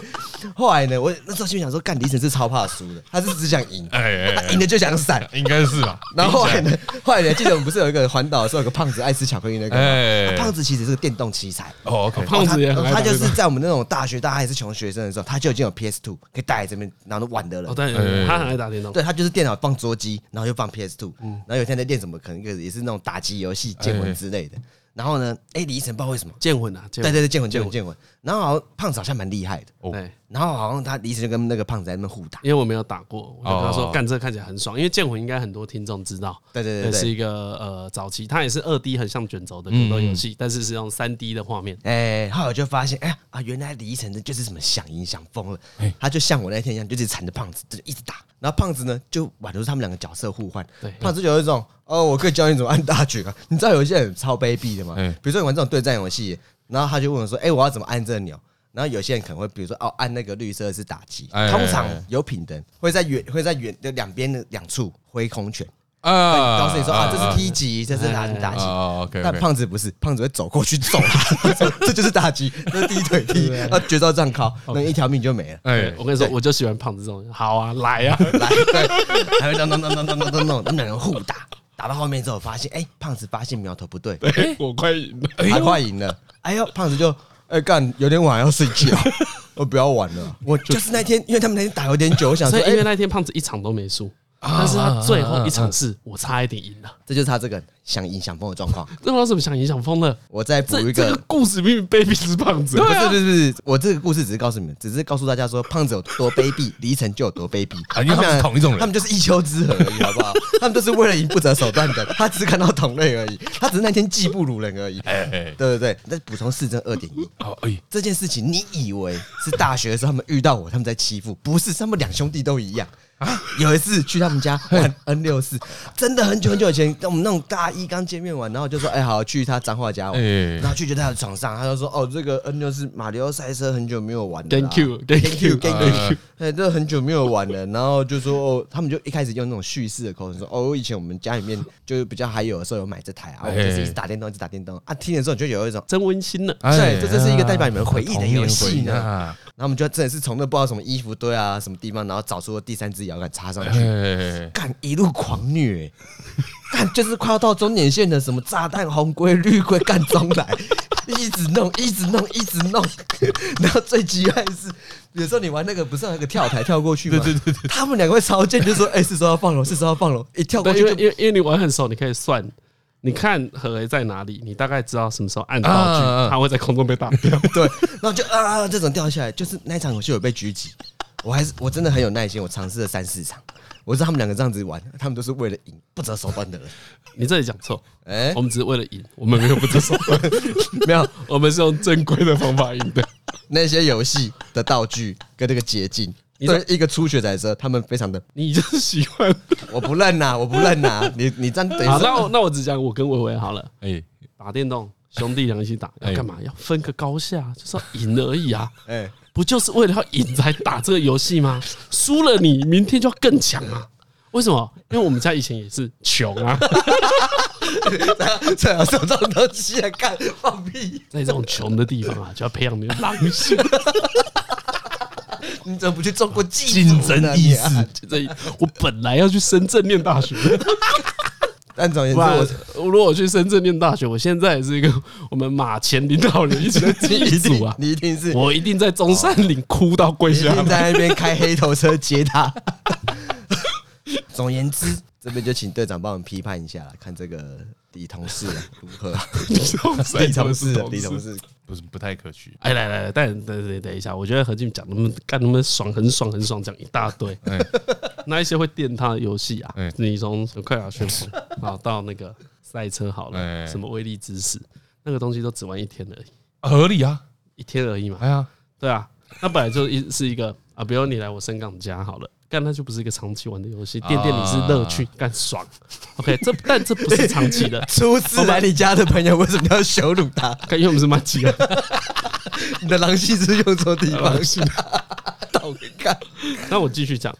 C: 后来呢，我那时候心里想说，干李晨是超怕输的，他是只想赢，
B: 哎哎
C: 他
B: 哎
C: 赢了就想闪。
B: 应该是吧。
C: 啊 [LAUGHS] 然后后
A: [LAUGHS]
C: 来呢，后来呢，记得我们不是有一个环岛的时候，有个胖子爱吃巧克力那个吗，啊
B: 哎
C: 胖子其啊实是个电动奇才。
B: 哦，OK，
A: 胖子也很爱
C: 他
A: 打
C: 就
A: 电
C: 是
A: 动
C: 在我们那种大学，大家还是穷学生的时候，他就已经有 PS Two 可以带来这边，然后玩的人
A: 哦，。但
B: 哎
A: 他很爱打电动。
C: 对他就是电脑
A: 嗯
C: 放桌机，然后又放 PS Two，然后有一天在练什么，可能一个也是那种打击游戏、见闻之类的。然后呢，哎，李依晨不知道为什么，
A: 见魂啊，哎见
C: 对
A: 魂
C: 对对，见闻见闻见闻。然后好像胖子好像蛮厉害的，
B: 哦
A: 对，
C: 然后好像他李依晨就跟那个胖子在那边互打。
A: 哎因为我没有打过，我就跟他
B: 哦
A: 说干这看起来很爽，因为剑魂应该很多听众知道，
C: 对对
A: 对，
C: 对嗯
A: 是
C: 对，
A: 一个呃早期，它也是二 D 很像卷轴的格斗游戏，但是是用三 D 的画面。
C: 哎，后来我就发现，哎呀啊，原来李依晨就是什么想赢想疯了
B: 哎，
C: 他就像我那天一样，就是缠着胖子，就一直打。然后胖子呢，就宛如他们两个角色互换
A: 对。
C: 胖子就有一种，哦，我可以教你怎么按大举啊。 [LAUGHS] 你知道有一些人超卑鄙的嘛，
B: 哎
C: 比如说你玩这种对战游戏，然后他就问我说，哎，我要怎么按这个钮？然后有些人可能会，比如说哦，按那个绿色是打击，
B: 哎
C: 通常有品等会在远会在远的两边的两处挥空拳，
B: 啊
C: 告诉你说啊，这是踢击，这是打打击。
B: 啊，OK，
C: 但胖子不是，胖子会走过去揍他， [LAUGHS] 这这就是打击，这是第一腿踢，啊，绝招这样靠，那一条命就没了。
B: 哎
A: 我跟你说，我就喜欢胖子这种人，好啊，来啊，
C: 来，对，还会咚咚咚咚咚咚咚咚，他们两个互打，打到后面之后发现，哎，胖子发现苗头不对，
B: 哎，我快赢了，
C: 他快赢了，哎呦，胖子就，哎干，有点晚要睡觉，我不要玩了。我就是那天，因为他们那天打有点久，我想
A: 所
C: 说，
A: 以因为
C: 哎，啊
A: 那天胖子一场都没输，
B: 啊
A: 但是他最后一场是我差一点赢了。
C: 这就是他这个想赢想疯的状况。
A: 那我怎么想影响风了？
C: 我再补
A: 这
C: 一
A: 这
C: 个
A: 个故事明明卑鄙是胖子，
B: 啊
C: 不是不是不是，我这个故事只是告诉你们，只是告诉大家说胖子有多卑鄙，李晨就有多卑鄙。
B: 啊因为他们是同一种人
C: 他们就是一丘之貉而已，好不 [LAUGHS] 好？他们就是为了赢不择手段的，他只是看到同类而已，他只是那天技不如人而已。
B: 哎哎，
C: 对不对？那补充四正二点一
B: 好，哎，
C: 这件事情，你以为是大学的时候他们遇到我，他们在欺负？不是，他们两兄弟都一样。
A: 啊
C: 有一次去他们
A: [LAUGHS]
C: 家玩 N 六四，真的很久很久以前，我们那种大一刚见面玩，然后就说：“哎，好去他彰化家玩。”
B: 哎
C: 然后去就在他的床上，他就说：“哦，这个 N 六是马里奥赛车，很久没有玩了啦。
A: Thank you，Thank you，
C: Thank you，哎，这很久没有玩了。”然后就说：“哦，他们就一开始用那种叙事的口吻说：‘哦，以前我们家里面就是比较还有的时候有买这台啊，
A: 哎
C: 我就是一直打电动，一直打电动啊。’听的时候你就有一种。”
A: 真温馨呢。
B: 哎啊
C: 对，这真是一个代表你们回忆的游
B: 童
C: 戏
B: 年回忆
C: 呢。 [LAUGHS]
B: 啊
C: 然后我们就真的是从那不知道什么衣服堆啊、什么地方，然后找出了第三只摇杆插上
B: 哎
C: 去，
B: 哎，哎
C: 干一路狂虐、欸，干就是快要到终点线的什么炸弹、红龟、绿龟干中来，一直弄，一直弄，一直弄。然后最奇怪的是，有时候你玩那个不是有那个跳台跳过去吗？对对对他们两个会超贱，就说：“哎、是时候要放了，是时候要放了。”一跳过
A: 对，
C: 去
A: 因为
C: 就
A: 因为因为你玩很熟，你可以算，你看何雷在哪里，你大概知道什么时候按道
B: 啊啊啊
A: 具，他会在空中被打掉。
C: [LAUGHS] 对，然后就啊这种掉下来，就是那一场游戏有被狙击，我还是我真的很有耐心，我尝试了三四场，我知道他们两个这样子玩，他们都是为了赢不择手段的人。
A: 你这里讲错，
C: [LAUGHS] 哎、
A: 我们只是为了赢，我们没有不择手
C: [LAUGHS]
A: 段，
C: 没有
A: 我们是用正规的方法赢的。
C: 那些游戏的道具跟那个捷径，
A: 你说
C: 对一个初学者来说，他们非常的
A: 你就是喜欢。
C: 我不认呐、我不认呐、你你这样等于
A: 好，
C: 说
A: 那我那我只讲我跟维维好了，
B: 哎，
A: 打电动，兄弟俩一起打，
B: 哎
A: 要干嘛？要分个高下，就是要赢而已啊。 [LAUGHS]
C: 哎、
A: 不就是为了要赢才打这个游戏吗？输了你明天就要更强啊！为什么？因为我们家以前也是穷啊， [LAUGHS]
C: 这有什么这种东西啊？干放屁！
A: 在这种穷的地方啊，就要培养你的狼性。
C: 你怎么不去中国竞
B: 竞争意
C: 啊？
B: 识，
A: 就这，我本来要去深圳念大
C: [LAUGHS]
A: 学，
C: 但总而言
A: 不
C: 之，
A: 然
C: 我
A: 我如果我去深圳念大学，我现在也是一个 [LAUGHS] 我们马前领导人一起的
C: [LAUGHS] 你
A: 基
C: 一
A: 组
C: 定
A: 啊，
C: 你一定是
A: 我一定在中山陵哭到跪
C: 一
A: 下
C: 定。在那边开黑头车接他。 [LAUGHS] 总而言之，这边就请队长帮我们批判一下啦，看这个李同事啊如
B: [LAUGHS]
C: 何？李同事啊，李同事，，
B: 不是不太可取。
A: 哎，来来来，但等等等一下，我觉得何静讲那么干那么爽，很爽很爽，讲一大堆
B: 哎，
A: 那一些会电他的游戏啊
B: 哎，
A: 你从快打旋风啊到那个赛车好
B: 哎
A: 了，什么威力之识，那个东西都只玩一天而已，
B: 合理啊，
A: 一天而已嘛，
B: 哎呀，
A: 对啊，那本来就一是一个啊，比如你来我深港家好了。干那就不是一个长期玩的游戏，
B: 啊
A: 电电你是乐趣，干爽。OK，这但这不是长期的
C: 初次来你家的朋友为什么要羞辱他？
A: 干因为我们是马吉啊，
C: 你的狼性是用错地
B: [LAUGHS]
C: 方
A: 狼，
C: 倒给看。
A: 那我继续讲，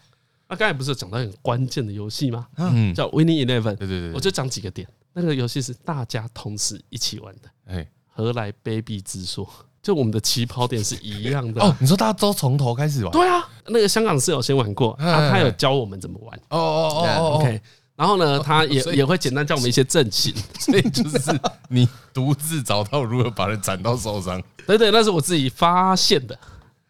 A: 那刚才不是有讲到很关键的游戏吗？
B: 嗯，
A: 叫 Winning Eleven，
B: 对对对，
A: 我就讲几个点。那个游戏是大家同时一起玩的，
B: 哎
A: 何来卑鄙之说？ [LAUGHS] 就我们的起跑点是一样的啊、
B: 哦，你说大家都从头开始玩，
A: 对啊，那个香港室友先玩过，
B: 哎
A: 啊，他有教我们怎么玩。
B: 哦哦哦哦哦，
A: OK，然后呢，他也
B: 所以
A: 也会简单教我们一些阵型。
B: [LAUGHS]
A: [LAUGHS]
B: 所以就是你独自找到如何把人斩到受伤，
A: 对对，那是我自己发现的，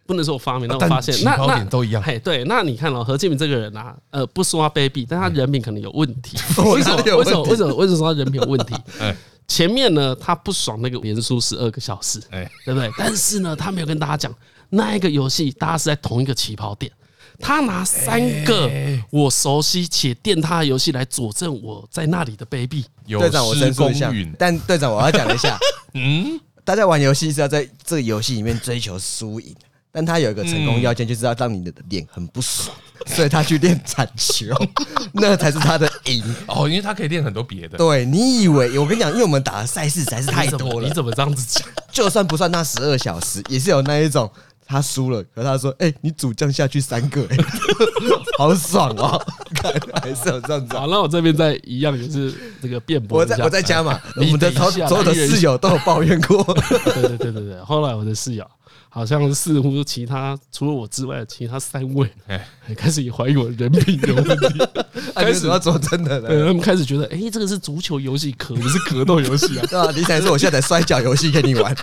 A: 不能说我发明，那我
B: 啊但
A: 发现
B: 起
A: 那
B: 跑
A: 那
B: 点都一样
A: 嘿，对，那你看哦，何建明这个人啊，呃，
B: 嗯
A: 不说他卑鄙，但他人品可能有问题。
C: 我
B: [LAUGHS]
A: 为什么
C: 哪里有
A: 为什么
C: 问题
A: 为什么为什么说他人品有问题
B: 哎？
A: 前面呢，他不爽那个连输十二个小时，
B: 哎
A: 对不对？但是呢，他没有跟大家讲，那一个游戏大家是在同一个起跑点。他拿三个
C: 哎
A: 我熟悉且电他的游戏来佐证我在那里的卑鄙。
B: 有
C: 队长，我
B: 失
C: 申诉
B: 公
C: 一下
B: 允，，
C: 但队长我要讲一下，
B: [LAUGHS] 嗯，
C: 大家玩游戏是要在这个游戏里面追求输赢，但他有一个成功
B: 嗯
C: 要件，就是要让你的脸很不爽，所以他去练铲
B: [LAUGHS]
C: 球，那才是他的赢。
B: 哦，因为他可以练很多别的，
C: 对你以为我跟你讲，因为我们打的赛事实在是太
A: 你怎
C: 多
A: 么
C: 了
A: 你，怎么这样子讲？
C: 就算不算那十二小时，也是有那一种他输了，可是他说：“哎、你主将下去三 [LAUGHS] 个、欸，好爽哦！”看还是有这样子啊。
A: 好，那我这边再一样也是这个辩驳
C: 我
A: 一下。
C: [LAUGHS] 在我在家嘛，我
A: 你
C: 们的
A: 等一
C: 所
A: 下
C: 所有的
A: 你忍一下
C: 室友都有抱怨 [LAUGHS] 过，
A: 对对对对对。后来我的室友好像似乎其他除了我之外，其他三位 [LAUGHS]
B: 哎，
A: 开始也怀疑我人品有问
C: [LAUGHS]
A: 题，
C: 啊你
A: 开
C: 为什
A: 始
C: 么要做真的
A: 对
C: [LAUGHS] 呢？
A: 他们开始觉得，哎，这个是足球游戏，可不是格斗游戏啊。
C: 对吧？李彩说：“我下载摔跤游戏给你玩。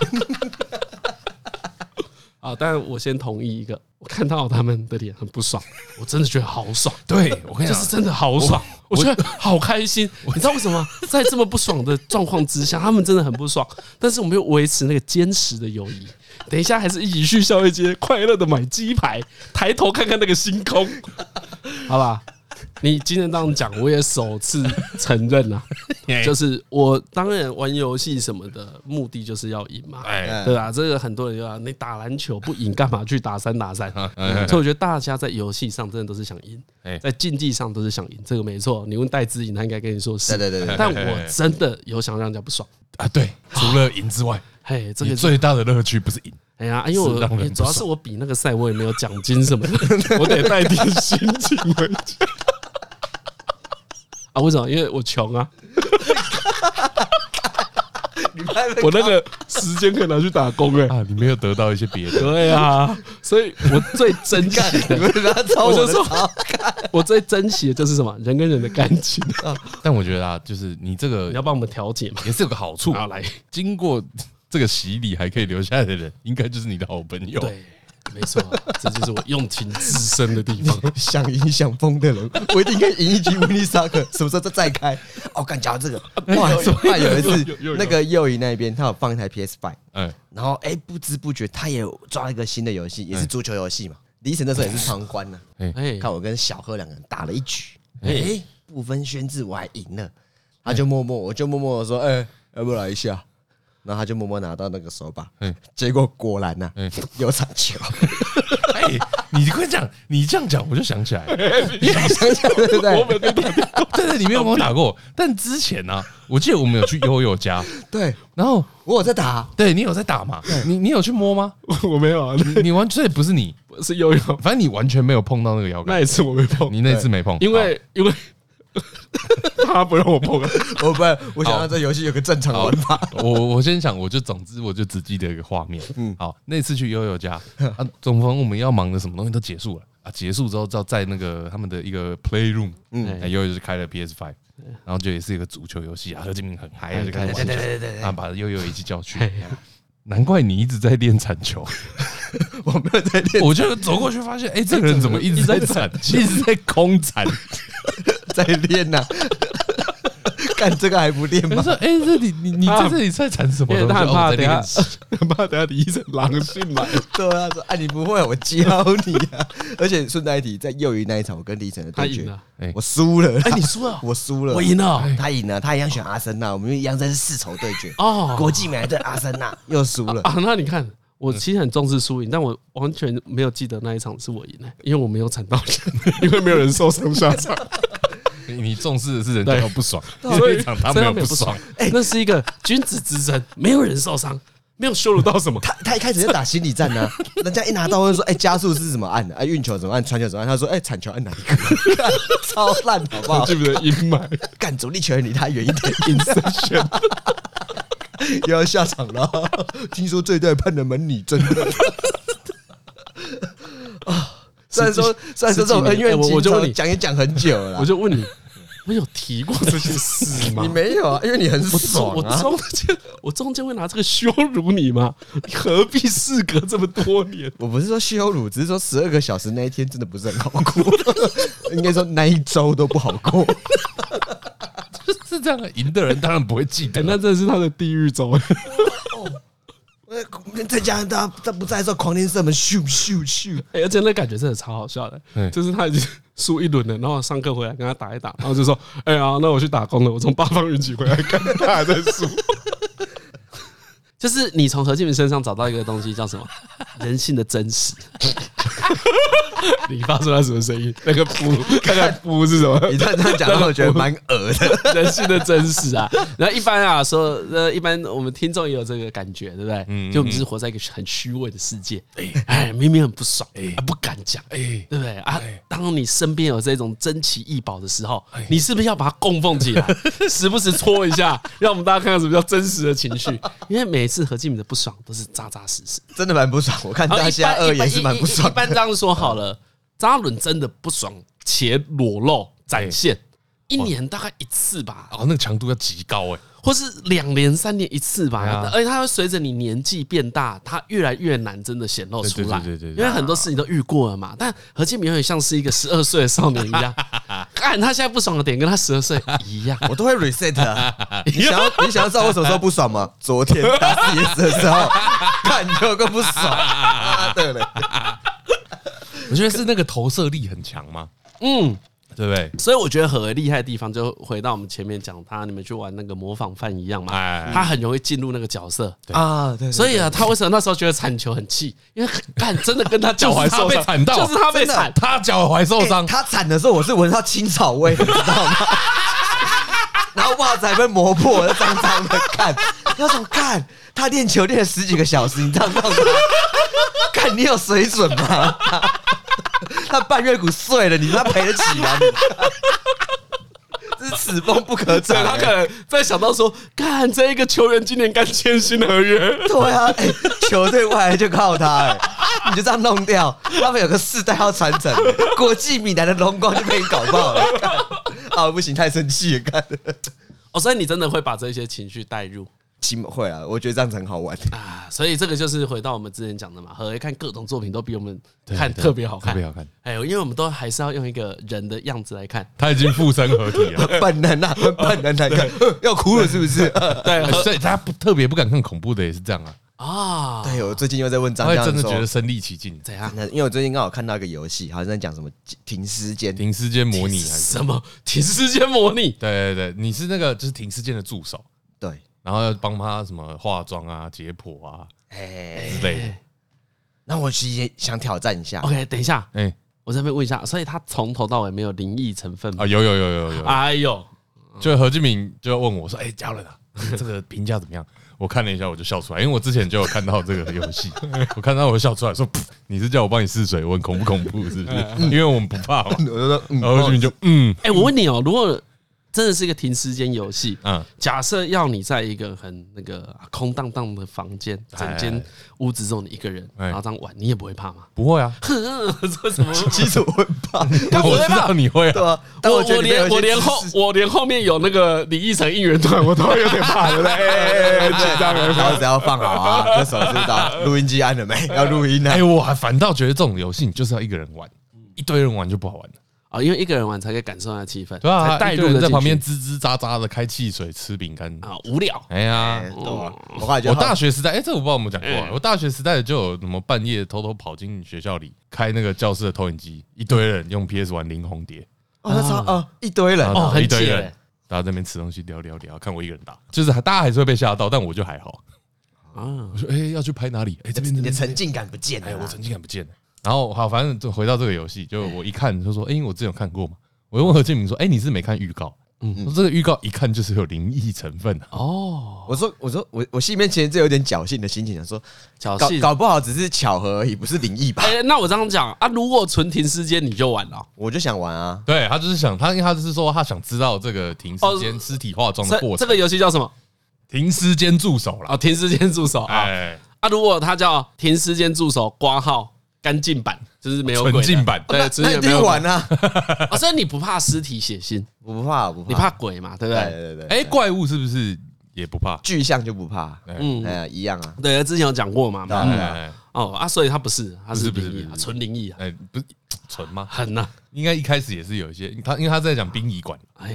A: 啊，但我先同意一个，我看到他们的脸很不爽，我真的觉得好爽，
B: [LAUGHS] 对我跟你
A: 就
B: 讲，
A: 是真的好爽，我觉得好开心。你知道为什么吗？ [LAUGHS] 在这么不爽的状况之下，他们真的很不爽，但是我们又维持那个坚实的友谊。等一下还是一起去宵夜街，快乐的买鸡排，抬头看看那个星空，好吧？你今天这样讲，我也首次承认了、
B: 哎
A: 就是我当然玩游戏什么的目的就是要赢嘛，
B: 哎，
A: 对啊，这个很多人就啊，你打篮球不赢，干嘛去打三打三？
B: 嗯
A: 所以我觉得大家在游戏上真的都是想赢
B: 哎，
A: 在竞技上都是想赢，这个没错。你问戴资颖，他应该跟你说”是
C: 对。对对对，
A: 但我真的有想让人家不爽，
B: 啊，对，除了赢之外，
A: 嘿，这
B: 你
A: 个
B: 最大的乐趣不是赢，
A: 哎呀，因为
B: 是让人
A: 我
B: 不
A: 也
B: 爽
A: 主要是我比那个赛我也没有奖金什么的，我得带点心情回家。 [LAUGHS] 啊，为什么？因为我穷啊，
C: [LAUGHS] 你拍了
A: 我那个时间可以拿去打工哎、
B: [LAUGHS] 啊，你没有得到一些别的，
A: [LAUGHS] 对啊，所以我最珍惜
C: 你
A: 的，
C: 们不要抄
A: 我
C: 我
A: 就
C: 的
A: 说 [LAUGHS]
C: 抄，
A: 我最珍惜的就是什么？人跟人的感 [LAUGHS] 情，
B: 但我觉得啊，就是你这
A: 你
B: 个
A: 要帮我们调解嘛？
B: 也是有个好处，啊
A: 好来，
B: 经过这个洗礼还可以留下来的人，应该就是你的好朋友。
A: 对，没错，啊这就是我用情至深的地 [LAUGHS] 方。
C: 想赢想疯的人，我一定可以赢一局 Winnie Soccer。什么时候再再开？哦，干讲到这个，哇，哇，有一次那个右移那边，他有放一台 PS Five，
B: 嗯，
C: 然后哎、不知不觉他也有抓了一个新的游戏，也是足球游戏嘛。李晨那时候也是旁观呢、
A: 哎，
C: 看我跟小贺两个人打了一局，哎、
A: 哎
C: 不分轩制我还赢了，他就默默，我就默默的说，哎、要不要来一下？然后他就默默拿到那个手把，
B: 嗯
C: 结果果然呐、
B: 嗯
C: 有铲球， [LAUGHS]
B: 哎、你跟我讲，你这样讲我就想起来，
C: 想起来对不对？
B: 对对，你没有跟我打过，但之前呢、我记得我们有去悠悠家，
C: 对，
B: 然后
C: 我有在打，
B: 对嗯你有在打嘛？你你有去摸吗？
A: 我没有啊，
B: 你你完全不是你，
A: 是悠悠
B: 反正你完全没有碰到那个摇
A: 那
B: 杆，
A: 一次我没碰，
B: 你那次没碰，
A: 因为因为他不让我碰啊。
C: [LAUGHS] 我不，我想让这游戏有个正常玩法。
B: 好 [LAUGHS] 我我先想，我就总之我就只记得一个画面，嗯，好，那次去悠悠家啊，总方我们要忙的什么东西都结束了啊，结束之后要在那个他们的一个 playroom，嗯，悠悠就开了 PS Five。然后就也是一个足球游戏啊，何金明很嗨啊，就开始玩球，啊，把悠悠一起叫去，哎难怪你一直在练铲
A: [LAUGHS]
B: 球，
C: 我没有在练，
B: 我就走过去发现，哎，这个人怎么一直在铲，一直在
A: [LAUGHS]
B: 空铲，
C: 在练呐、干这个还不练
B: 我
C: 吗？
B: 说，哎，这里你你在这里在铲什么
A: 因为
B: 东西？
A: 他很
B: 哦
A: 怕
B: 我在
A: 等下
B: 练
A: [LAUGHS]
B: 习，
A: 很怕等下李医生狼 [LAUGHS] 进来，
C: 对啊，说啊你不会，我教你啊。而且顺带一提，在幼鱼那一场，我跟李晨的
A: 他
C: 对
A: 赢
C: 决
A: 了，，
B: 哎
C: 我输了啦。
A: 哎你输了
C: [LAUGHS] 我输了，
A: 我赢了
C: 他赢了，他一样选阿森纳，我们一样在是世仇对决。
A: 哦
C: 国际米兰对阿森纳又输了。
A: 啊！那你看，我其实很重视输赢，但我完全没有记得那一场是我赢的，因为我没有惨到人， [LAUGHS] 因为没有人受伤下场。
B: 你你重视的是人家
A: 对啊哎
B: 有不爽，
A: 所
B: 这
A: 以
B: 一场他没有不爽，。
A: 那是一个君子之争，没有人受伤，没有羞辱到什么。
C: 他他一开始在打心理战呢、啊
A: [LAUGHS]
C: 人家一拿到问说：“哎、加速是怎么按的？哎、运球怎么按？传球怎么按？”他说：“哎、铲球按哪一个？” [LAUGHS] 干超烂，
B: [LAUGHS]
C: 好不好？
A: 记不记得阴霾？
C: 干主力球员离他远一点，Inception 又要下场了。听说这一代判的蛮拟真的啊。虽然说，虽然说这种恩
A: 哎
C: 怨
A: 我
C: 情
A: 我就问
C: 仇
A: 你
C: 讲也讲很久了啦
A: 我，就问你，我有提过这件事吗？
C: 你没有啊？因为你很
A: 我
C: 爽
A: 我
C: 啊！
A: 中间我中间会拿这个羞辱你吗？你何必事隔这么多年？
C: 我不是说羞辱，只是说十二个小时那一天真的不是很好过，应该说那一周都不好过。
B: 这 [LAUGHS] 是这样的，赢的人当然不会记
A: 哎 [LAUGHS]
B: [LAUGHS] 得，
A: 那真的是他的地狱走。
C: 呃再加上他他不在的时候，狂练射门，咻咻咻，
A: 哎而且那感觉真的超好笑的，
B: 嗯
A: 就是他已经输一轮了，然后上课回来跟他打一打，然后就说：“哎呀，那我去打工了，我从八方云集回来看他还在输。”就是你从何敬明身上找到一个东西，叫什 [LAUGHS] 么？人性的真实。 [LAUGHS] 你发出来什么声音？那个噗， [LAUGHS] 那个噗是什么？
C: 你这样这样讲，让我觉得蛮恶的。
A: [LAUGHS] 人性的真实啊。然后一般啊，说呃，一般我们听众也有这个感觉，对不对？
C: 嗯
A: 就我们是活在一个很虚伪的世界，哎，明明很不爽，哎，不敢讲，
B: [LAUGHS] 哎，
A: 对不对啊？当你身边有这种珍奇异宝的时候，
C: 哎
A: 你是不是要把它供奉
C: [LAUGHS]
A: 起来，时不时戳一下，让我们大家看看什么叫真实的情绪？因为每次何敬明的不爽都是扎扎实实，
C: 真的蛮不爽。我看
A: 然后
C: 大
A: 一
C: 家
A: 般
C: 二
A: 一般
C: 也是蛮不爽
A: 一般
C: 的。
A: 这样说好了，张嘉伦真的不爽且裸露
C: 哎
A: 展现，一年大概一次吧，
B: 哦，那个强度要极高哎，
A: 或是两年、三年一次吧。
B: 对啊
A: 而且它会随着你年纪变大，它越来越难真的显露出来。
B: 对对对对对
A: 因为很多事情都遇过了嘛。但何建明有点像是一个十二岁的少年一
B: [LAUGHS]
A: 样，看他现在不爽的点跟他十二岁一
B: 哎
A: 样。
C: 我都会 reset
A: [LAUGHS]
C: 啊！你想要你想要知道我什么时候不爽吗？昨天打 CS 的时候， [LAUGHS] 看你有个
A: [LAUGHS]
C: 不爽，妈的嘞！
B: 我觉得是那个投射力很强嘛，
A: 嗯，
B: 对不对？
A: 所以我觉得何厉害的地方，就回到我们前面讲他，你们去玩那个模仿犯一样嘛，
B: 哎
A: 他很容易进入那个角色。
C: 啊，对，
A: 所以啊，他为什么那时候觉得铲球很气？因为看真的跟他脚踝
B: 就是他
A: 受
B: 被
A: 伤，
B: 铲到
A: 就是他被
C: 真的
A: 铲。
B: 他脚踝受
C: 欸
B: 伤，
C: 他惨的时候，我是闻到青草味，你知道吗？然后袜子还被磨破，脏脏的看，要怎么看？他练球练了十几个小时，你这样弄他，看你有水准吗？他半月骨碎了，你他赔得起吗？你这是此风不可长、
A: 对他可
C: 欸。
A: 能在想到说，看这一个球员今年刚签新合约， [LAUGHS]
C: 对啊，欸球队未来就靠他、欸， [LAUGHS] 你就这样弄掉，他们有个世代要传承，国际米兰的荣光就被你搞爆了。 [LAUGHS] 看啊，不行，太生气了，看。
A: 哦，所以你真的会把这些情绪带入
C: 起码会啊，我觉得这样子很好玩。 [LAUGHS]
A: 啊，所以这个就是回到我们之前讲的嘛，何为看各种作品都比我们
B: 对
A: 看
B: 对
A: 特别好看，
B: 特别好看。
A: 哎，因为我们都还是要用一个人的样子来看，
B: 他已经附身合体了。
C: 本能啊，很本能来看， [LAUGHS] 呃要哭了是不是？
A: [LAUGHS] 对啊何
B: 所以他不特别不敢看恐怖的也是这样啊，
A: [LAUGHS] 啊，
C: 对，我最近又在问
B: 他
C: 张
B: 会
C: 家
B: 真的
C: 长说
B: 觉得，身临其境。
A: 怎样？
C: 那因为我最近刚好看到一个游戏，好像在讲什么停尸间，
B: 停尸间模拟还是？
A: 什么停尸间模拟？
B: 对对对，你是那个就是停尸间的助手，
C: 对，
B: 然后要帮他什么化妆啊、解剖啊
C: 哎，
B: 之类的。
C: 那我其实也想挑战一下，
A: OK，等一下，
B: 哎
A: 我这边问一下，所以他从头到尾没有灵异成分吗
B: 啊，？有有有有有，
A: 哎呦，
B: 就何志明就问我说：“哎，嘉伦啊，这个评价怎么样？”我看了一下，我就笑出来，因为我之前就有看到这个游 [LAUGHS] 戏，我看到我就笑出来，说：“噗你是叫我帮你试水温，恐不恐怖？ [LAUGHS] 是不是？因为我们不怕 [LAUGHS] 嘛。”
C: [LAUGHS] 我就说，嗯
B: 然后何志明就嗯
A: 哎，我问你哦，如果真的是一个停尸间游戏，
B: 嗯，
A: 假设要你在一个很那个空荡荡的房间，整间屋子只有你一个人，
B: 哎
A: 然后这样玩，你也不会怕吗？
B: 不 [LAUGHS] 会啊，
A: 这什么？
C: 其实我会怕，
A: 干不
B: 我
A: 会
B: 知
A: 吧
B: 道你会啊
C: [LAUGHS] 对。啊，但
A: 我
C: 觉得
A: 我
C: 里面有
A: 连我
C: 一些
A: 连
C: 知识
A: 后我连后面有那个李义成应援团，我都有点怕，对不对？哎哎哎紧张了。
C: 然后只要放好啊，这手知道录音机按了没？要录音呢
B: 哎、，我还反倒觉得这种游戏你就是要一个人玩，一堆人玩就不好玩了，
A: 啊，因为一个人玩才可以感受到气氛，
B: 对吧、
A: 才
B: 啊？
A: 带
B: 一堆
A: 入
B: 人
A: 的
B: 在旁边吱吱喳喳的开汽水、吃饼干。
A: 啊，无聊。
B: 哎呀
C: 哎，对啊我后来就
B: 我大学时代，哎、这我不知道我们讲过、啊
A: 哎。
B: 我大学时代就有什么半夜偷偷跑进学校里，开那个教室的投影机，一堆人用 PS 玩《林红蝶》，
C: 哦，那超哦一堆人
B: 然，后
A: 哦很
B: 一堆
A: 解
B: 人大家在那边吃东西聊聊聊，看我一个人打，就是大家还是会被吓到，但我就还好。
A: 啊
B: 我，说，哎、要去拍哪里？哎、这边这
C: 你的
B: 边
C: 沉浸感不见
B: 哎，
C: 了
B: 我
C: 啊。
B: 成绩感不见了。然后好，反正就回到这个游戏，就我一看就说，哎，因为我之前有看过嘛，我就问何建明说，哎，你是没看预告？嗯，说这个预告一看就是有灵异成分啊。
A: 哦，
C: 我说，我说，我我心里面其实就有点侥幸的心情，想说，
A: 侥
C: 搞
A: 幸。
C: 搞不好只是巧合而已，不是灵异吧？
A: 哎，那我这样讲啊，如果纯停尸间你就玩了，
C: 我就想玩啊，
B: 对他就是想他，因为他就是说他想知道这个停尸间尸体化妆的
A: 这
B: 过
A: 这
B: 程，
A: 个游戏叫什么？
B: 停尸间助手啦。
A: 啊，停尸间助手啊。
B: 哎，
A: 啊，如果它叫停尸间助手挂号干净版，就是没有鬼的
B: 纯净版
A: 对，
C: 那
A: 纯净
C: 那一
A: 没
C: 定
A: 有
C: 玩
A: 鬼。
C: 啊！
A: 啊，所以你不怕尸体血腥，
C: 我不怕，我不怕，
A: 你怕？鬼嘛，对不
C: 对
A: 对？
C: 对对，
B: 哎，怪物是不是也不怕？
C: 具象就不怕，
A: 嗯
C: 嗯，哎呀，一样啊。
A: 对，之前有讲过嘛，
C: 对
A: 嗯
B: 哎，
A: 哦啊，所以他不是，他是
B: 不是
A: 灵异啊
B: 不是不是
A: 纯灵异啊，
B: 哎，不是纯吗？
A: 狠呐，
B: 应该一开始也是有一些，他因为他在讲殡仪馆，
A: 哎，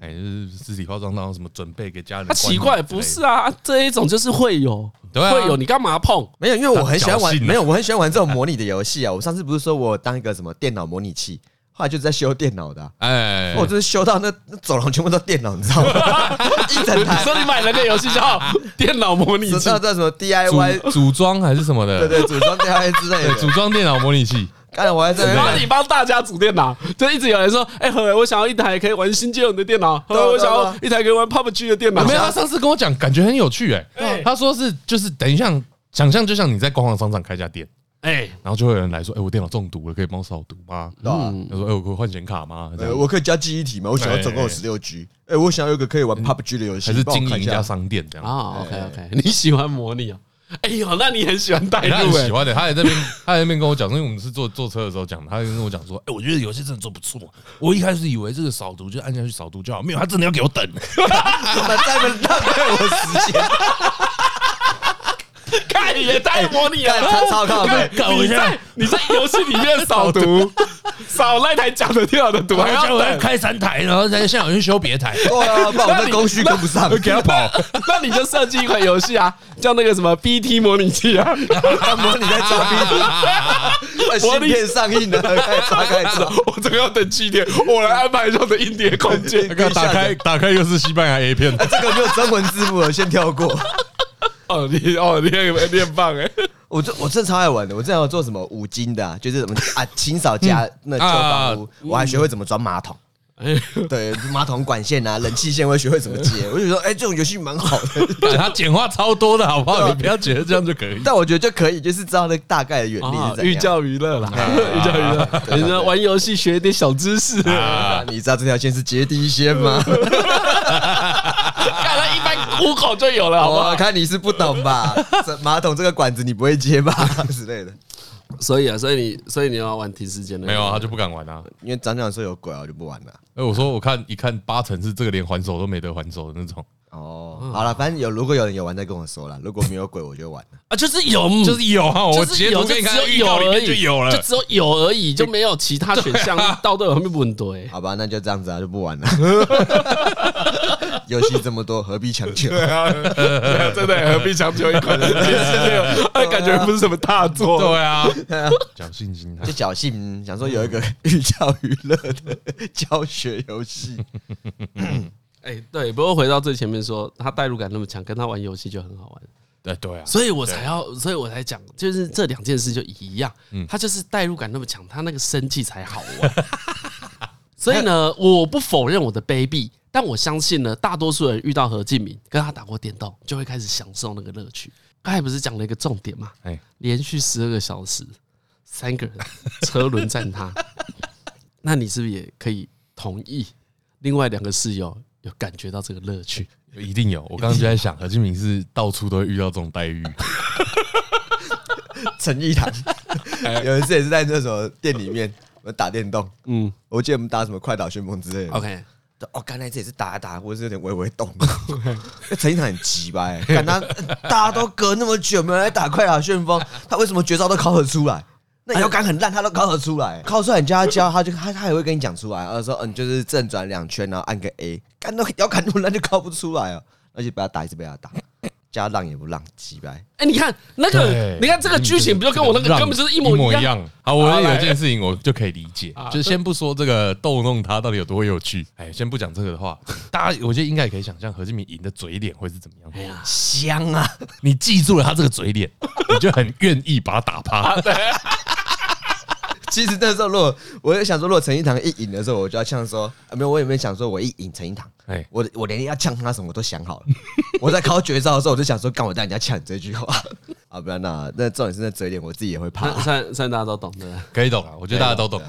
B: 哎哎，就是自己化妆，然后什么准备给家人
A: 啊，
B: 观礼之类
A: 奇
B: 的。
A: 怪，不是啊，这一种就是会有，
B: 对啊
A: 会有，你干嘛碰？
C: 没有，因为我很喜欢
B: 他侥
C: 玩，
B: 幸啊
C: 没有，我很喜欢玩这种模拟的游戏啊。我上次不是说我当一个什么电脑模拟器，后来就是在修电脑的啊、
B: 哎，
C: 我真是修到那那走廊全部都电脑，你知
B: [LAUGHS]
C: 道吗？一整
A: 你
C: 台，
A: 说你买了个游戏叫电脑模拟
C: 知
A: 器
C: 道，这什么 DIY，
B: 组组装还是什么的，
C: 对对，组装 DIY 之类
B: 哎对，组
C: 的。
B: 装电脑模拟器，
C: 刚才我还在
A: 然后
C: 那
A: 你
C: 边，
A: 帮大家组电脑，就一直有人说，哎，何伟，我想要一台可以玩新界勇的电脑，何
C: 对啊
A: 伟，我想
C: 对
A: 要
C: 啊
A: 一台可以玩 PUBG 的电脑。
B: 没有，他上次跟我讲，感觉很有趣哎、
A: 哎
B: 他说是就是等一下，想象就像你在逛逛商场开家店，
A: 哎，
B: 然后就会有人来说，哎、我电脑中毒了，可以帮我扫毒吗？
C: 对啊
B: 他说，哎、我可以换显卡吗？这
C: 呃
B: 样
C: 我可以加记忆体吗？我想要总共有
B: 哎哎嗯
C: 十六 G。哎，我想要有一个可以玩 PUBG 的游戏，
B: 还是
C: 帮我
B: 经
C: 看
B: 营一
C: 下
B: 家商店这样。
A: 啊，OK OK，你喜欢模拟哦？ [LAUGHS] 哎呦，那你很喜欢带
B: 哎他很
A: 入哎
B: 喜。欢的，他还在那边，他还在那边跟我讲，因为我们是坐坐车的时候讲的，他就跟我讲说，哎、我觉得有些真的做不错。我一开始以为这个扫毒就按下去扫毒就好，没有，他真的要给我 [LAUGHS] 等。
C: 他们 [LAUGHS] 在那边浪费我
B: [LAUGHS]
C: 时间，
A: 看也太模拟了，
C: 哎干超超靠
A: 啊看
B: 搞
A: 你
B: 一下
A: 在你在游戏里面扫毒， [LAUGHS] 扫那台讲的掉的毒，还要等。
B: 开三台，然后在现场去修别台，
C: 对啊，不然我这工序跟不上，
B: 哦给他 [LAUGHS] 跑。
A: [LAUGHS] 那你就设计一款游戏啊，叫那个什么 BT 模拟器 [LAUGHS] 啊，
C: 他模拟在装
B: [LAUGHS]
C: 逼，哎芯片上映了，开始抓开始抓。
A: 我这个要等七天，我来安排一下我的硬碟空间。
B: 那个打开打开又是西班牙 A [LAUGHS] 片，
C: 啊这个没有中文字幕了，先跳过。
A: [LAUGHS]
C: [LAUGHS]
A: 哦，你哦，你很你很棒哎，
C: 我这我真的超爱玩的，我之前有做什么五金的、啊，就是什么啊清扫家
B: 嗯
C: 那旧房
B: 啊
C: 屋，我还学会怎么装马桶，
A: 哎 [LAUGHS]
C: [LAUGHS] 对，马桶管线啊，冷气线，我也学会怎么接。我就说，哎、这种游戏蛮好的，
B: 哎他简化超多的好不好？你不要觉得这样就可以。
C: 但我觉得就可以，就是知道那大概的原理是怎
A: 啊哦寓
C: 样。
A: 教于乐啦， [LAUGHS] 寓教于乐，人家玩游戏学一点小知 [LAUGHS] 识。
C: 啊，你知道这条线是接地
A: [LAUGHS]
C: 线吗？
A: 看来一般 Google 就有了，好不
C: 我
A: 好？
C: 啊看你是不懂吧？这马桶这个管子你不会接吧 [LAUGHS] 之类的。
A: 所以啊，所以你所以你要玩停时间的
B: 没有啊，他就不敢玩啊。
C: 因为长长说有鬼啊，我就不玩了。
B: 哎，我说我看一看八成是这个连还手都没得还手的那种，
A: 嗯
C: 哦，好了，反正有如果有人有玩再跟我说啦，如果没有鬼我就玩了。
A: 啊，就是有，嗯
B: 就是有啊，我
A: 就是
B: 截
A: 有，
B: 图
A: 就
B: 给
A: 只
B: 你看，
A: 有
B: 预告里
A: 有而
B: 面
A: 已，
B: 就有
A: 就
B: 了。啊
A: 只有有而已，
B: [LAUGHS]
A: 就没有其他选项，到都有后面不很多哎。
C: 好吧，那就这样子啊，就不玩了。 [LAUGHS] 游戏这么多，何必强求？
A: 真的何必强求一款人间？哎，感觉不是什么大作。
B: 对啊，侥幸心啊态
C: 就。侥幸想说有一个寓教于乐的教学游戏，
A: [LAUGHS] 哎，对，不过回到最前面说，他代入感那么强，跟他玩游戏就很好玩，
B: 对对啊，
A: 所以我才要，所以我才讲，就是这两件事就一样，他就是代入感那么强，他那个生气才好玩。 [LAUGHS] 所以呢，我不否认我的卑鄙，但我相信呢，大多数人遇到何敬明跟他打过电动，就会开始享受那个乐趣。刚才不是讲了一个重点嘛？
B: 哎，
A: 连续十二个小时，三个人车轮战他， [LAUGHS] 那你是不是也可以同意？另外两个室友有感觉到这个乐趣，
B: 一定有。我刚刚就在想，何敬明是到处都会遇到这种待遇，
C: 陈意堂有一次也是在那什么店里面，我打电动，
A: 嗯
C: 我记得我们打什么快打旋风之类的。
A: ，OK，
C: 哦，刚才这也是打一打，我是有点微微动。 [LAUGHS] 那陈意堂很急吧、欸？看他大家都隔那么久没有来打快打旋风，他为什么绝招都考得出来？那摇杆很烂，他都考得出来。哎考出来你叫他教，他就他他也会跟你讲出来。呃，说嗯，就是正转两圈，然后按个 A，干到摇杆那么烂就考不出来哦。而且被他打一直被他打，叫他让也不让，急吧？
A: 哎、你看那个
B: 对，
A: 你看这个剧情，不就跟我那个
B: 让
A: 根本就是一
B: 一
A: 模
B: 模
A: 一
B: 一
A: 样？
B: 样。好，我
A: 好
B: 有
A: 来
B: 一件事情我就可以理解，就先不说这个逗弄他到底有多有趣，哎，先不讲这个的话，大家我觉得应该也可以想象何敬明赢的嘴脸会是怎么样。
A: 哎呀，
C: 香啊！
B: 你记住了他这个嘴脸，你就很愿意把他打趴。
C: [LAUGHS] 其实那时候，如果我就想说，如果陈一堂一赢的时候，我就要呛说，啊、没有，我也没有想说我一赢陈一堂，
B: 哎
C: 我我连要呛他什么都想好了。我在考绝招的时候，我就想说，干我带人家呛你这句话啊，不然那、那重点是那嘴脸，我自己也会怕
A: 那 [LAUGHS] 算算大家都懂的。
B: 可以懂啊，我觉得大家都懂。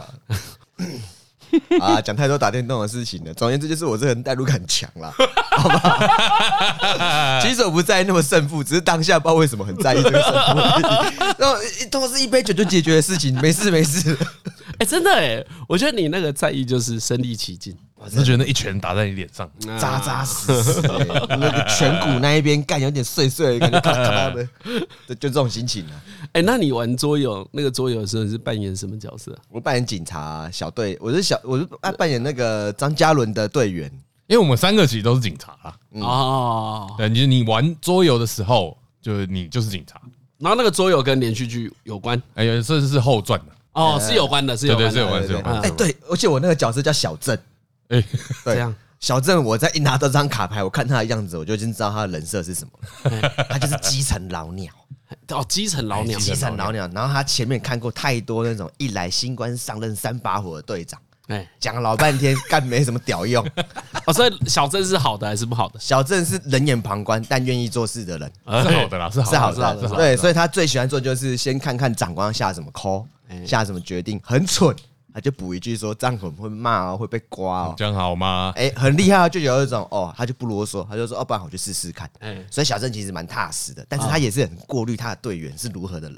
C: 啊。讲太多打电动的事情了，总而言之就是我这个人代入感强啦，好吧。其实我不在意那么胜负，只是当下不知道为什么很在意这个胜负而已。然后一都是一杯酒就解决的事情，没事没事。
A: 哎、真的哎、我觉得你那个在意就是身临其境，
B: 我是觉得那一拳打在你脸上，
A: 啊
C: 扎扎实实、欸，那个颧骨那一边干有点碎碎，感觉咔咔的，就就这种心情啊。
A: 哎、那你玩桌游那个桌游的时候，你是扮演什么角色啊、
C: 啊我扮演警察小队，我是小，我是扮扮演那个张嘉伦的队员，
B: 因为我们三个其实都是警察啦。
A: 嗯哦，
B: 对，就是你玩桌游的时候，就是你就是警察。
A: 然后那个桌游跟连续剧有关
B: 哎呀，这是后传的。
A: 哦，是有关的，是有关
B: 对
A: 的
B: 对。
C: 对对对
B: 玩
C: 哎，对，而且我那个角色叫小郑，
A: 这
B: 哎，
C: 对
A: 样，
C: 小郑，我在一拿到这张卡牌，我看他的样子，我就已经知道他的人设是什么了，
A: 哎
C: 他就是基层老鸟。
A: 哦，基层老
B: 哎
A: 鸟，
C: 基层老鸟，然后他前面看过太多那种一来新官上任三把火的队长，
A: 哎，
C: 讲了老半天干没什么屌用。
A: 哦，所以小郑是好的还是不好的？
C: 小郑是冷眼旁观但愿意做事的人，
B: 哎是好的啦，是好
C: 是
B: 的
C: 好
B: 啦，
C: 的，
B: 是好的。
C: 对，所以他最喜欢做就是先看看长官下什么 call，下什么决定，很蠢，他就补一句说这样很会骂哦，会被刮哦。
B: 这样好吗？
C: 哎、很厉害啊，就有一种哦，他就不啰嗦，他就说，哦，不然我去试试看。
A: 哎
C: 所以小郑其实蛮踏实的，但是他也是很过滤他的队员是如何的人，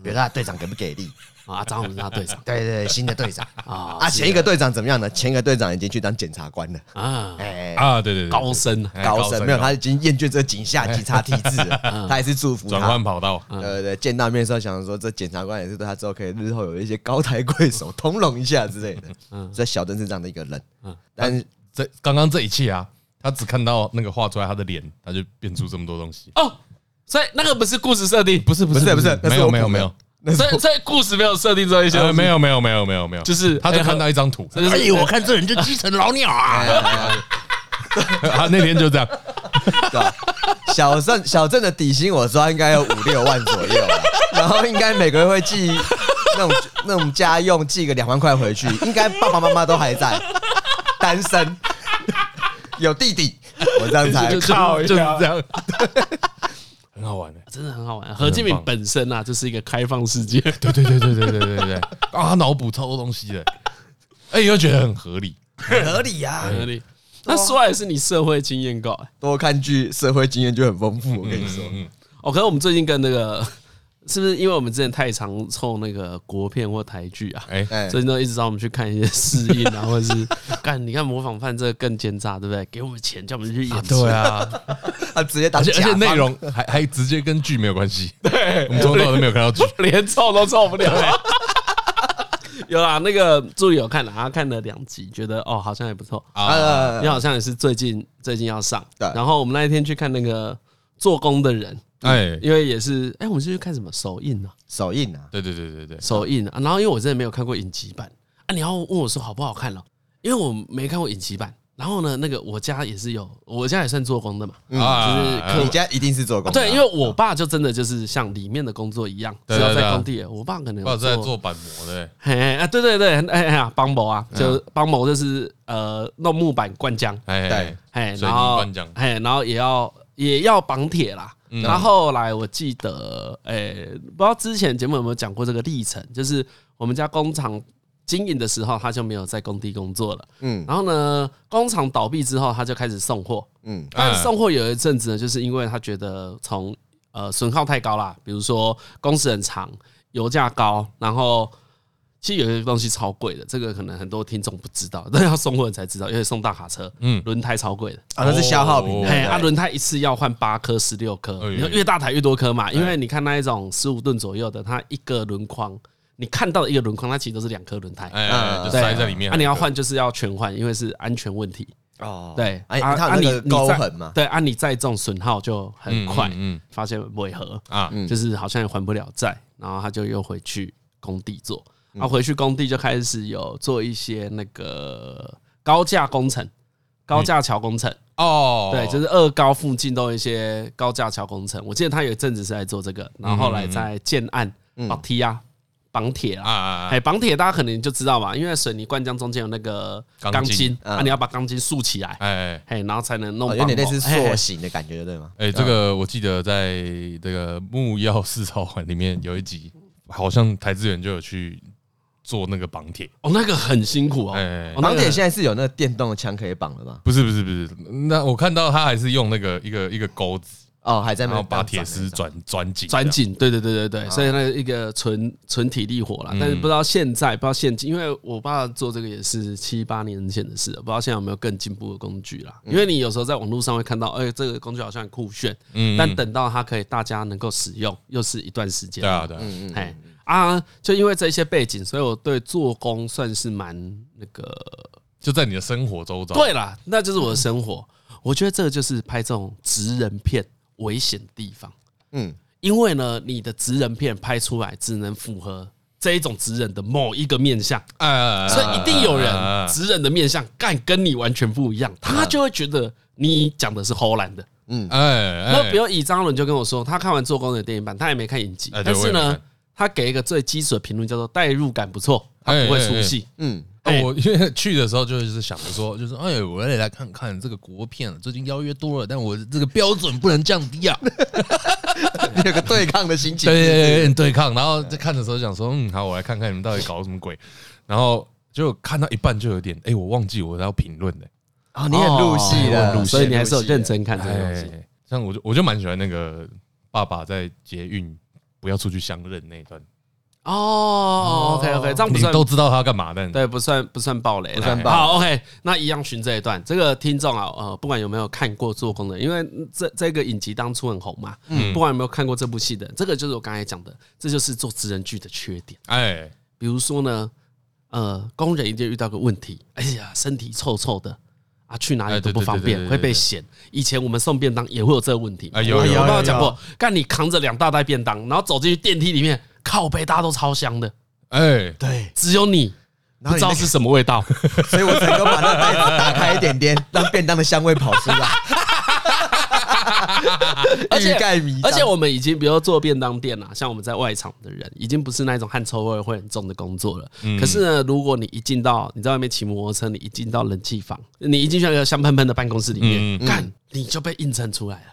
C: 比如说他队长给不给力，
A: 啊，张宏是他队 [LAUGHS] 长
C: 嗯 [LAUGHS] 对对对，新的队长
A: 啊
C: [LAUGHS] 啊，前一个队长怎么样呢？前一个队长已经去当检察官了，
A: 啊，
C: 哎、
B: 啊，对对对，
A: 高升啊
B: 哎
C: 高哎
B: 升
C: 层没有，他已经厌倦这个警下警察体制 [LAUGHS] 了，他也是祝福
B: 转
C: 他嗯
B: 换。跑道，
C: 对对对，见到面的时候想说，这检察官也是对他之后可以日后有一些高抬贵手、通融一下之类的。
B: 嗯
C: 所以小郑是这样的一个人，但是
B: 这刚刚这一切啊，他只看到那个画出来他的脸，他就变出这么多东西。
A: 哦，所以那个不是故事设定，
B: 不是不
C: 不是不是，那
B: 没
C: 是
B: 有
C: 我
B: 没有
C: 补的
B: 没有，，
A: 所以所以故事没有设定这一些
B: 呃
A: 东西，
B: 没有没有没有没有没有，
A: 就是
B: 他就看到一张图，
A: 这就是，
D: 哎，我看这人就基层老鸟啊！
C: 哎
B: [LAUGHS] 他那天就这样，
C: 对吧？小郑小郑的底薪我知道应该有五六万左右啦，然后应该每个月会寄那种那种家用寄个两万块回去，应该爸爸妈妈都还在，单身，有弟弟，我这样猜
A: 就。
B: 靠
A: 就
B: 就是
A: 就
B: 这
A: 是
B: 样，很好玩的。
A: 真的很好玩。何建明本身啊，就是一个开放世界，
B: 对对对对对对对对对，啊，他脑补超多东西的，哎，又觉得很合理。
C: 很合理呀、啊，
A: 合理。那说来是你社会经验够、欸，
C: 多看剧社会经验就很丰富。我跟你说，
B: 嗯
A: 哦，可是我们最近跟那个是不是因为我们之前太常凑那个国片或台剧啊？
B: 哎，
C: 哎、
A: 最近都一直找我们去看一些试映啊，或者是干，你看模仿犯这个更奸诈，对不对？给我们钱叫我们去演戏，
B: 对啊，
C: 他直接打
B: 而且
C: 假
B: 而且
C: 方啊
B: 内容还还直接跟剧没有关 [LAUGHS] 系，我们从头到尾都没有看到 [LAUGHS] 剧。
A: 连凑都凑不了、有啦，那个助理有看了，他看了两集，觉得哦好像也不错，
C: 啊
A: 因为，好像也是最近最近要上。
C: 对
A: 然后我们那一天去看那个做工的人，
B: 哎，
A: 因为也是，哎、我们是去看什么首映啊，
C: 手印啊，
B: 对对对对对，
A: 首映啊。然后因为我真的没有看过影集版啊，你要问我说好不好看了，因为我没看过影集版。然后呢，那个我家也是有，我家也算做工的嘛，
B: 啊
A: 嗯就是刻
C: 你家一定是做工、
A: 啊，对，因为我爸就真的就是像里面的工作一样，
B: 对
A: 只要
B: 对对
A: 在
B: 啊
A: 工地，我爸可能
B: 不知道
A: 有
B: 在做板模的，
A: 嘿嘿啊，对对对，哎哎呀，帮某啊，
B: 嗯
A: 就帮某就是呃弄木板灌浆，
B: 哎，哎
A: 哎，
B: 水
A: 然
B: 泥
A: 后
B: 灌浆嗯
A: 哎，然后也要也要绑铁啦。然后后来我记得，哎，不知道之前节目有没有讲过这个历程，就是我们家工厂经营的时候，他就没有在工地工作了。
C: 嗯
A: 嗯，然后呢，工厂倒闭之后，他就开始送货。
C: 嗯，
A: 但
B: 嗯
A: 送货有一阵子呢，就是因为他觉得从呃损耗太高啦，比如说工时很长，油价高，然后其实有些东西超贵的，这个可能很多听众不知道，但要送货人才知道，因为送大卡车，嗯
B: 嗯，
A: 轮胎超贵的。
C: 啊，那是消耗
B: 哦
C: 品啊。
A: 哎，
C: 对
A: 啊，轮胎一次要换八颗、十六颗，
B: 哎呦哎
A: 你看越大台越多颗嘛。因为你看那一种十五吨左右的，它一个轮框，你看到的一个轮框，它其实都是两颗轮胎，
B: 哎哎，哎就
A: 对
B: 塞在里面。
A: 啊，你要换就是要全换，因为是安全问题。
C: 哦
A: 对，
C: 哎，
A: 啊
C: 他
A: 啊
C: 有
A: 你
C: 那个
A: 你
C: 勾
A: 再
C: 痕嘛，
A: 对，啊，你再这种损耗就很快，嗯
B: 嗯
A: 发现违和，
B: 啊，
C: 嗯
A: 就是好像也还不了债，然后他就又回去工地做，
C: 嗯
A: 然后回去工地就开始有做一些那个高架工程、高架桥工
C: 嗯
A: 程，
B: 哦，
A: 对，就是二高附近都有一些高架桥工程。我记得他有一阵子是在做这个，然后后来在建案、
C: 嗯
A: 绑梯啊、绑铁
B: 啊
A: 啊。
B: 啊，啊
A: 哎，绑铁大家可能就知道嘛，因为水泥灌浆中间有那个
B: 钢
A: 钢
B: 筋
A: 筋啊，
C: 嗯
A: 你要把钢筋竖起来，
B: 哎哎
A: 嘿，然后才能弄
C: 哦
A: 绑
C: 有
A: 网，
C: 点类似
A: 嘿
C: 塑形的感觉，对吗？
B: 哎，这个我记得在这个木曜四号馆里面有一集，好像台资源就有去做那个绑铁。
A: 哦，那个很辛苦哦。
B: 哎
A: 哦那
C: 绑
A: 个
C: 铁现在是有那个电动的枪可以绑了吗？
B: 不是不是不是，那我看到他还是用那个一个一个钩子，
C: 哦，还在
B: 然
C: 那
B: 后
C: 边
B: 把
C: 当
B: 铁
C: 转
B: 丝转转紧，
A: 转紧，对对对对
C: 啊
A: 对，所以那一个纯纯体力活啦。但是
B: 嗯
A: 不知道现在，不知道现今，因为我爸做这个也是七八年前的事了，不知道现在有没有更进步的工具
C: 嗯
A: 啦。因为你有时候在网络上会看到，哎，这个工具好像很酷炫，
B: 嗯
A: 但等到它可以大家能够使用，又是一段时间。
B: 对啊对啊，
A: 哎啊，就因为这些背景，所以我对做工算是蛮那个
B: 就就在你的生活周遭。，
A: 对啦，那就是我的生活。我觉得这个就是拍这种职人片危险的地方，
C: 嗯，
A: 因为呢，你的职人片拍出来只能符合这一种职人的某一个面相，
B: 呃
A: 所以一定有人
B: 呃
A: 职人的面相干跟你完全不一
B: 嗯
A: 样，他就会觉得你讲的是偷懒的。
B: 哎，哎
A: 那比如以张伦就跟我说，他看完《做工的电影版》，他也没看影集
B: 哎，对
A: 但是
B: 我也没
A: 呢
B: 看，
A: 他给一个最基础的评论叫做代入感不错，他不会出戏。
C: 嗯，
B: 哎我因为去的时候就是想着说，就是哎，我也来看看这个国片，最近邀约多了，但我这个标准不能降低啊。
C: 你 [LAUGHS] 有个对抗的心情，
B: 对对对对抗，然后在看的时候想说，嗯，好，我来看看你们到底搞什么鬼。然后就看到一半就有点，哎，我忘记我要评论了。
C: 哦，你很入戏
A: 哦
C: 了，
A: 所以你还是有
C: 入戏了
A: 认。真看这个东西。
B: 哎，像我就我就蛮喜欢那个爸爸在捷运不要出去相认那一段。
A: 哦，OK OK，这样不
B: 你
A: 算
B: 都知道他要干嘛，但
A: 对，不算不算暴雷啦，
C: 不算暴雷
A: 好，OK，那一样寻这一段，这个听众啊，呃，不管有没有看过《做工的人》，因为这这个影集当初很红嘛，
B: 嗯
A: 不管有没有看过这部戏的，这个就是我刚才讲的，这就是做职人剧的缺点。
B: 哎，
A: 比如说呢，呃，工人一定遇到个问题，哎呀，身体臭臭的。啊，去哪里
B: 哎
A: 都
B: 对
A: 不方
B: 对对对
A: 便，
B: 对
A: 会被嫌。以前我们送便当也会有这个问题嘛，
B: 哎有
A: 我
B: 有
A: 有
B: 有
A: 没有讲过？干你扛着两大袋便当，然后走进去电梯里面，靠背大家都超香的，
B: 哎，
C: 对，
A: 只有你
C: 然
A: 不知
C: 后你那
A: 道
C: 个
A: 是什么味
C: [LAUGHS]
A: 道。
C: 所以我只能够把那袋子打开一点点，让便当的香味跑出来。
A: [LAUGHS] 而且
C: 欲盖弥彰
A: 而且我们已经，比如说做便当店啊，像我们在外场的人，已经不是那种汗臭味会很重的工作了。
C: 嗯
A: 可是呢，如果你一进到你在外面骑摩托车，你一进到冷气房，你一进去那个香喷喷的办公室里
C: 嗯
A: 面，干你就被映衬出来了。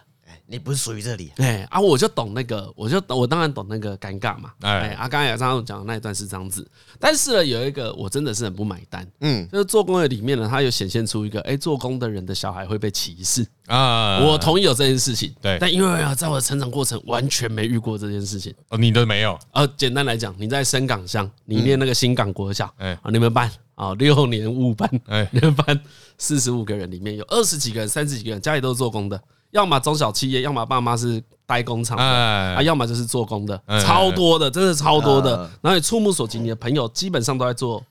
C: 你不是属于这里，
A: 哎啊，我就懂那个，我就我当然懂那个尴尬嘛。
B: 哎
A: 哎，啊，刚才也张总讲的那一段是这样子，但是呢，有一个我真的是很不买单，
C: 嗯，
A: 就是做工的里面呢，它有显现出一个，哎，做工的人的小孩会被歧视。
B: 啊，
A: 我同意有这件事情，
B: 对
A: 但因为啊，在我的成长过程完全没遇过这件事情。
B: 哦你的没有，
A: 呃，简单来讲，你在深港乡，你念那个新港国小，
B: 哎
A: 啊，你们班啊，六年五班，
B: 哎
A: [LAUGHS] 你们班四十五个人里面有二十几个人、三十几个人家里都是做工的，要么中小企业，要么爸妈是待工厂的。啊，
B: 哎，
A: 要么就是做工的
B: 哎，
A: 超多的，真的超多的
C: 啊。
A: 然后你触目所及，你的朋友基本上都在做，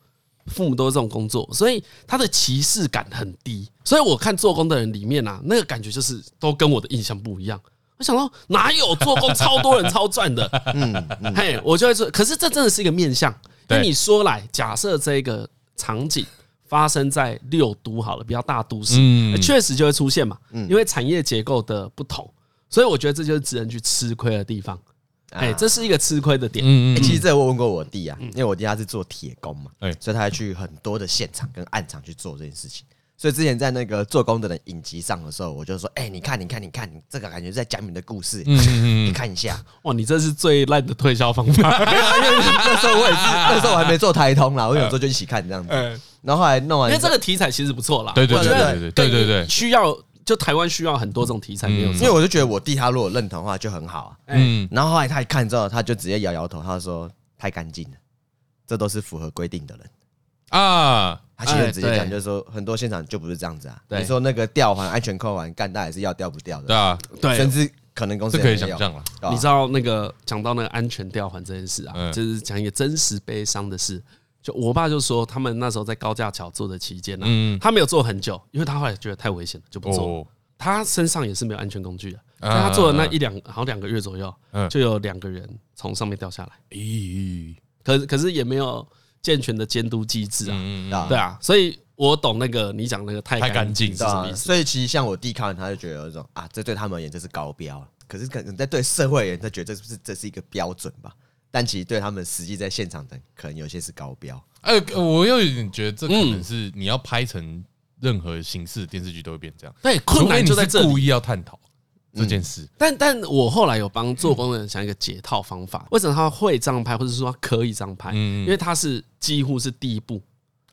A: 父母都是这种工作，所以他的歧视感很低。所以我看做工的人里面啊，那个感觉就是都跟我的印象不一样。我想说，哪有做工超
B: [LAUGHS]
A: 多人超赚的？嗯，嘿，我就会说，可是这真的是一个面相。
B: 对
A: 那你说来，假设这个场景发生在六都好了，比较大都市，
B: 嗯
A: 欸确实就会出现嘛，因为产业结构的不同，所以我觉得这就是职人去吃亏的地方。
C: 啊
A: 哎，这是一个吃亏的点。
B: 嗯
C: 欸
B: 嗯
C: 其实这个我问过我弟啊，因为我弟他是做铁工嘛，
B: 哎
C: 所以他还去很多的现场跟暗场去做这件事情。所以之前在那个做工的人影集上的时候，我就说：“哎、你看，你看，你看，你这个感觉在讲你的故事，
B: 嗯
C: 你看一下。
A: 哇，你这是最烂的推销方法。
C: 那时候我也是，那时候我还没做台通啦，我有时候就一起看这样
B: 嗯
C: 子。
A: 嗯
C: 然后后来弄完
A: 因
C: 之
A: 为
C: 后，
A: 这个题材其实不错啦，
B: 对对
A: 我觉得
B: 对对对对对对
A: 需要就台湾需要很多这种题材没有
B: 嗯
A: 错
C: 因为我就觉得我弟他如果认同的话就很好啊。
B: 嗯，
C: 然后后来他一看之后，他就直接摇摇头，他说：“太干净了，这都是符合规定的人。”
B: 啊，
C: 他其实
A: 哎
C: 很直接讲，
A: 对
C: 就是说很多现场就不是这样子啊。
A: 对
C: 你说那个吊环、安全扣环，干大也是要吊不掉
B: 对
C: 的，
B: 啊，
A: 对
C: 甚。至可能公司
B: 这可以
C: 也没有
B: 想象了。
C: 对吧啊
A: 你知道那个讲到那个安全吊环这件事啊，
B: 嗯
A: 就是讲一个真实悲伤的事。就我爸就说，他们那时候在高架桥做的期间呢
B: 嗯，
A: 他没有做很久，因为他后来觉得太危险了，就不做了。
B: 哦，
A: 他身上也是没有安全工具的，
B: 啊
A: 但他做了那一两好像两个月左右
B: 嗯，
A: 就有两个人从上面掉下来，
B: 咦，
A: 可是可是也没有健全的监督机制啊，
B: 嗯，
C: 啊
A: 对啊，所以我懂那个你讲那个太
B: 太干净
A: 是
C: 对
A: 什么
C: 啊
A: 意思？
C: 所以其实像我弟看完他就觉得有一种啊，这对他们而言这是高标，可是可能在对社会而言，他觉得这是不是这是一个标准吧？但其实对他们实际在现场的，可能有些是高标。
B: 哎，我又有点觉得这可
A: 嗯
B: 能是你要拍成任何形式的电视剧都会变这样，
A: 对，困难就在这
B: 除非你是
A: 里。
B: 故意要探讨这件事。
A: 但但我后来有帮做工的人想一个解套方法，为什么他会这样拍，或者说他可以这样拍？
B: 嗯
A: 因为他是几乎是第一步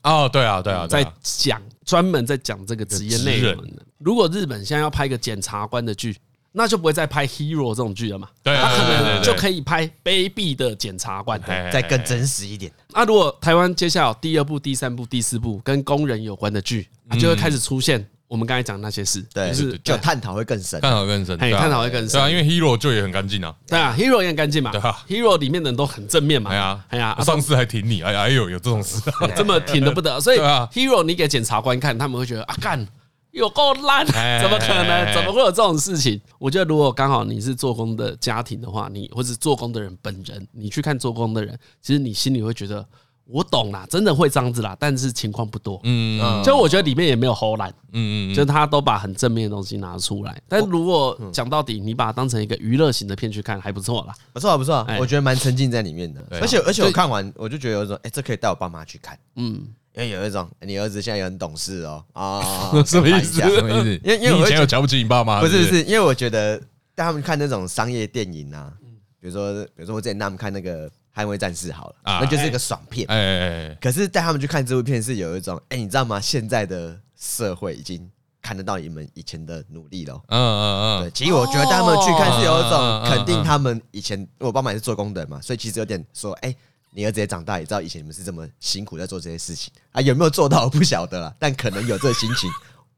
B: 哦，对啊，对啊，对
A: 嗯在
B: 啊
A: 讲专门在讲这个职业内容的。如果日本现在要拍一个检察官的剧，那就不会再拍 hero 这种剧了嘛，
B: 对啊
A: 他可
B: 哎对对
A: 能
B: 对
A: 就可以拍卑鄙的检察官。
B: 哎
C: 再更真实一点，
A: 那
B: 嗯
A: 如果台湾接下来有第二部、第三部、第四部跟工人有关的剧，啊就会开始出现我们刚才讲那些事，
C: 对，
A: 就是
C: 就探讨会更深。
B: 探讨更深，
A: 嘿
B: 对啊
A: 探讨会更深
B: 对啊，因为 Hero 就也很干净啊，
A: 对啊，Hero 也很干净嘛
B: 对啊
A: ，Hero 里面的人都很正面嘛，
B: 哎呀，
A: 哎呀，
B: 上次还挺你，哎呀，哎呦，有这种事啊，
A: 这么挺的不得，所以
B: 对啊
A: Hero 你给检察官看，他们会觉得啊干。有够烂，
B: 哎
A: 怎么可
B: 哎哎
A: 能？
B: 哎
A: 怎么会有这种事情？我觉得，如果刚好你是做工的家庭的话，你或是做工的人本人，你去看做工的人，其实你心里会觉得，我懂啦，真的会这样子啦，但是情况不多。
B: 嗯嗯
A: 就我觉得里面也没有齁烂，
B: 嗯嗯嗯
A: 就是他都把很正面的东西拿出来。但如果讲到底，你把它当成一个娱乐型的片去看，还不错啦。
C: 不错啊，不错啊
A: 哎，
C: 我觉得蛮沉浸在里面的。
B: 对啊
C: 而且而且我看完，我就觉得有一种，哎，这可以带我爸妈去看，
A: 嗯，
C: 因为有一种哎你儿子现在也很懂事哦啊，
B: [LAUGHS] 什么意思？
C: 看一下
B: 什么意思？
C: 因为因为我
B: 你以
C: 会觉
B: 前有瞧不起你爸妈？
C: 不是不，是，因为我觉得带他们看那种商业电影啊，比如说比如说我之前带他们看那个《捍卫战士》好了，
B: 啊
C: 那就是一个爽片。
B: 哎哎哎哎，
C: 可是带他们去看这部片是有一种，哎，你知道吗？现在的社会已经看得到你们以前的努力了。
B: 嗯嗯
C: 对，
B: 嗯，
C: 其实我觉得带他们去看是有一
B: 哦
C: 种肯定他们以前，我爸妈也是做工的人嘛，所以其实有点说，哎，你儿子也长大，也知道以前你们是这么辛苦在做这些事情啊，有没有做到我不晓得啦，但可能有这个心情，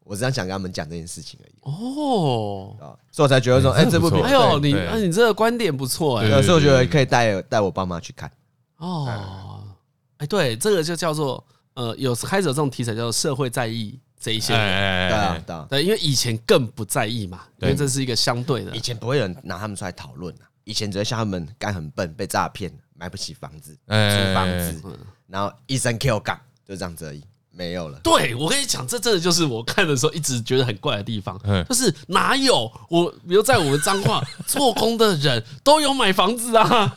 C: 我只想想跟他们讲这件事情而已
A: 哦，
C: 啊，所以我才觉得说，
B: 哎
C: 哎，
B: 这
C: 这
B: 不
C: 部
B: 错
C: 片，
A: 哎呦，
B: 对
A: 你
B: 对
A: 啊你这个观点不错哎、
B: 对
C: 对，所以我觉得可以带带我爸妈去看。
A: 哦，哎，对，这个就叫做呃，有开始有这种题材叫做社会在意这一些
B: 哎
A: 人，
B: 哎
C: 对
B: 哎
C: 啊
B: 哎，，
C: 对啊，
A: 对，因为以前更不在意嘛，因
B: 对
A: 为这是一个相对的
C: 以，前不会有人拿他们出来讨论啊，以前只会像他们干很笨，被诈骗，买不起房子，
B: 哎
C: 租房子，然后一生 Q 杠，就这样子而已，没有了。
A: 对我跟你讲，这真的就是我看的时候一直觉得很怪的地方
B: 嗯，
A: 就是哪有我，比如在我们彰化做工的人都有买房子
B: [LAUGHS]
A: 啊，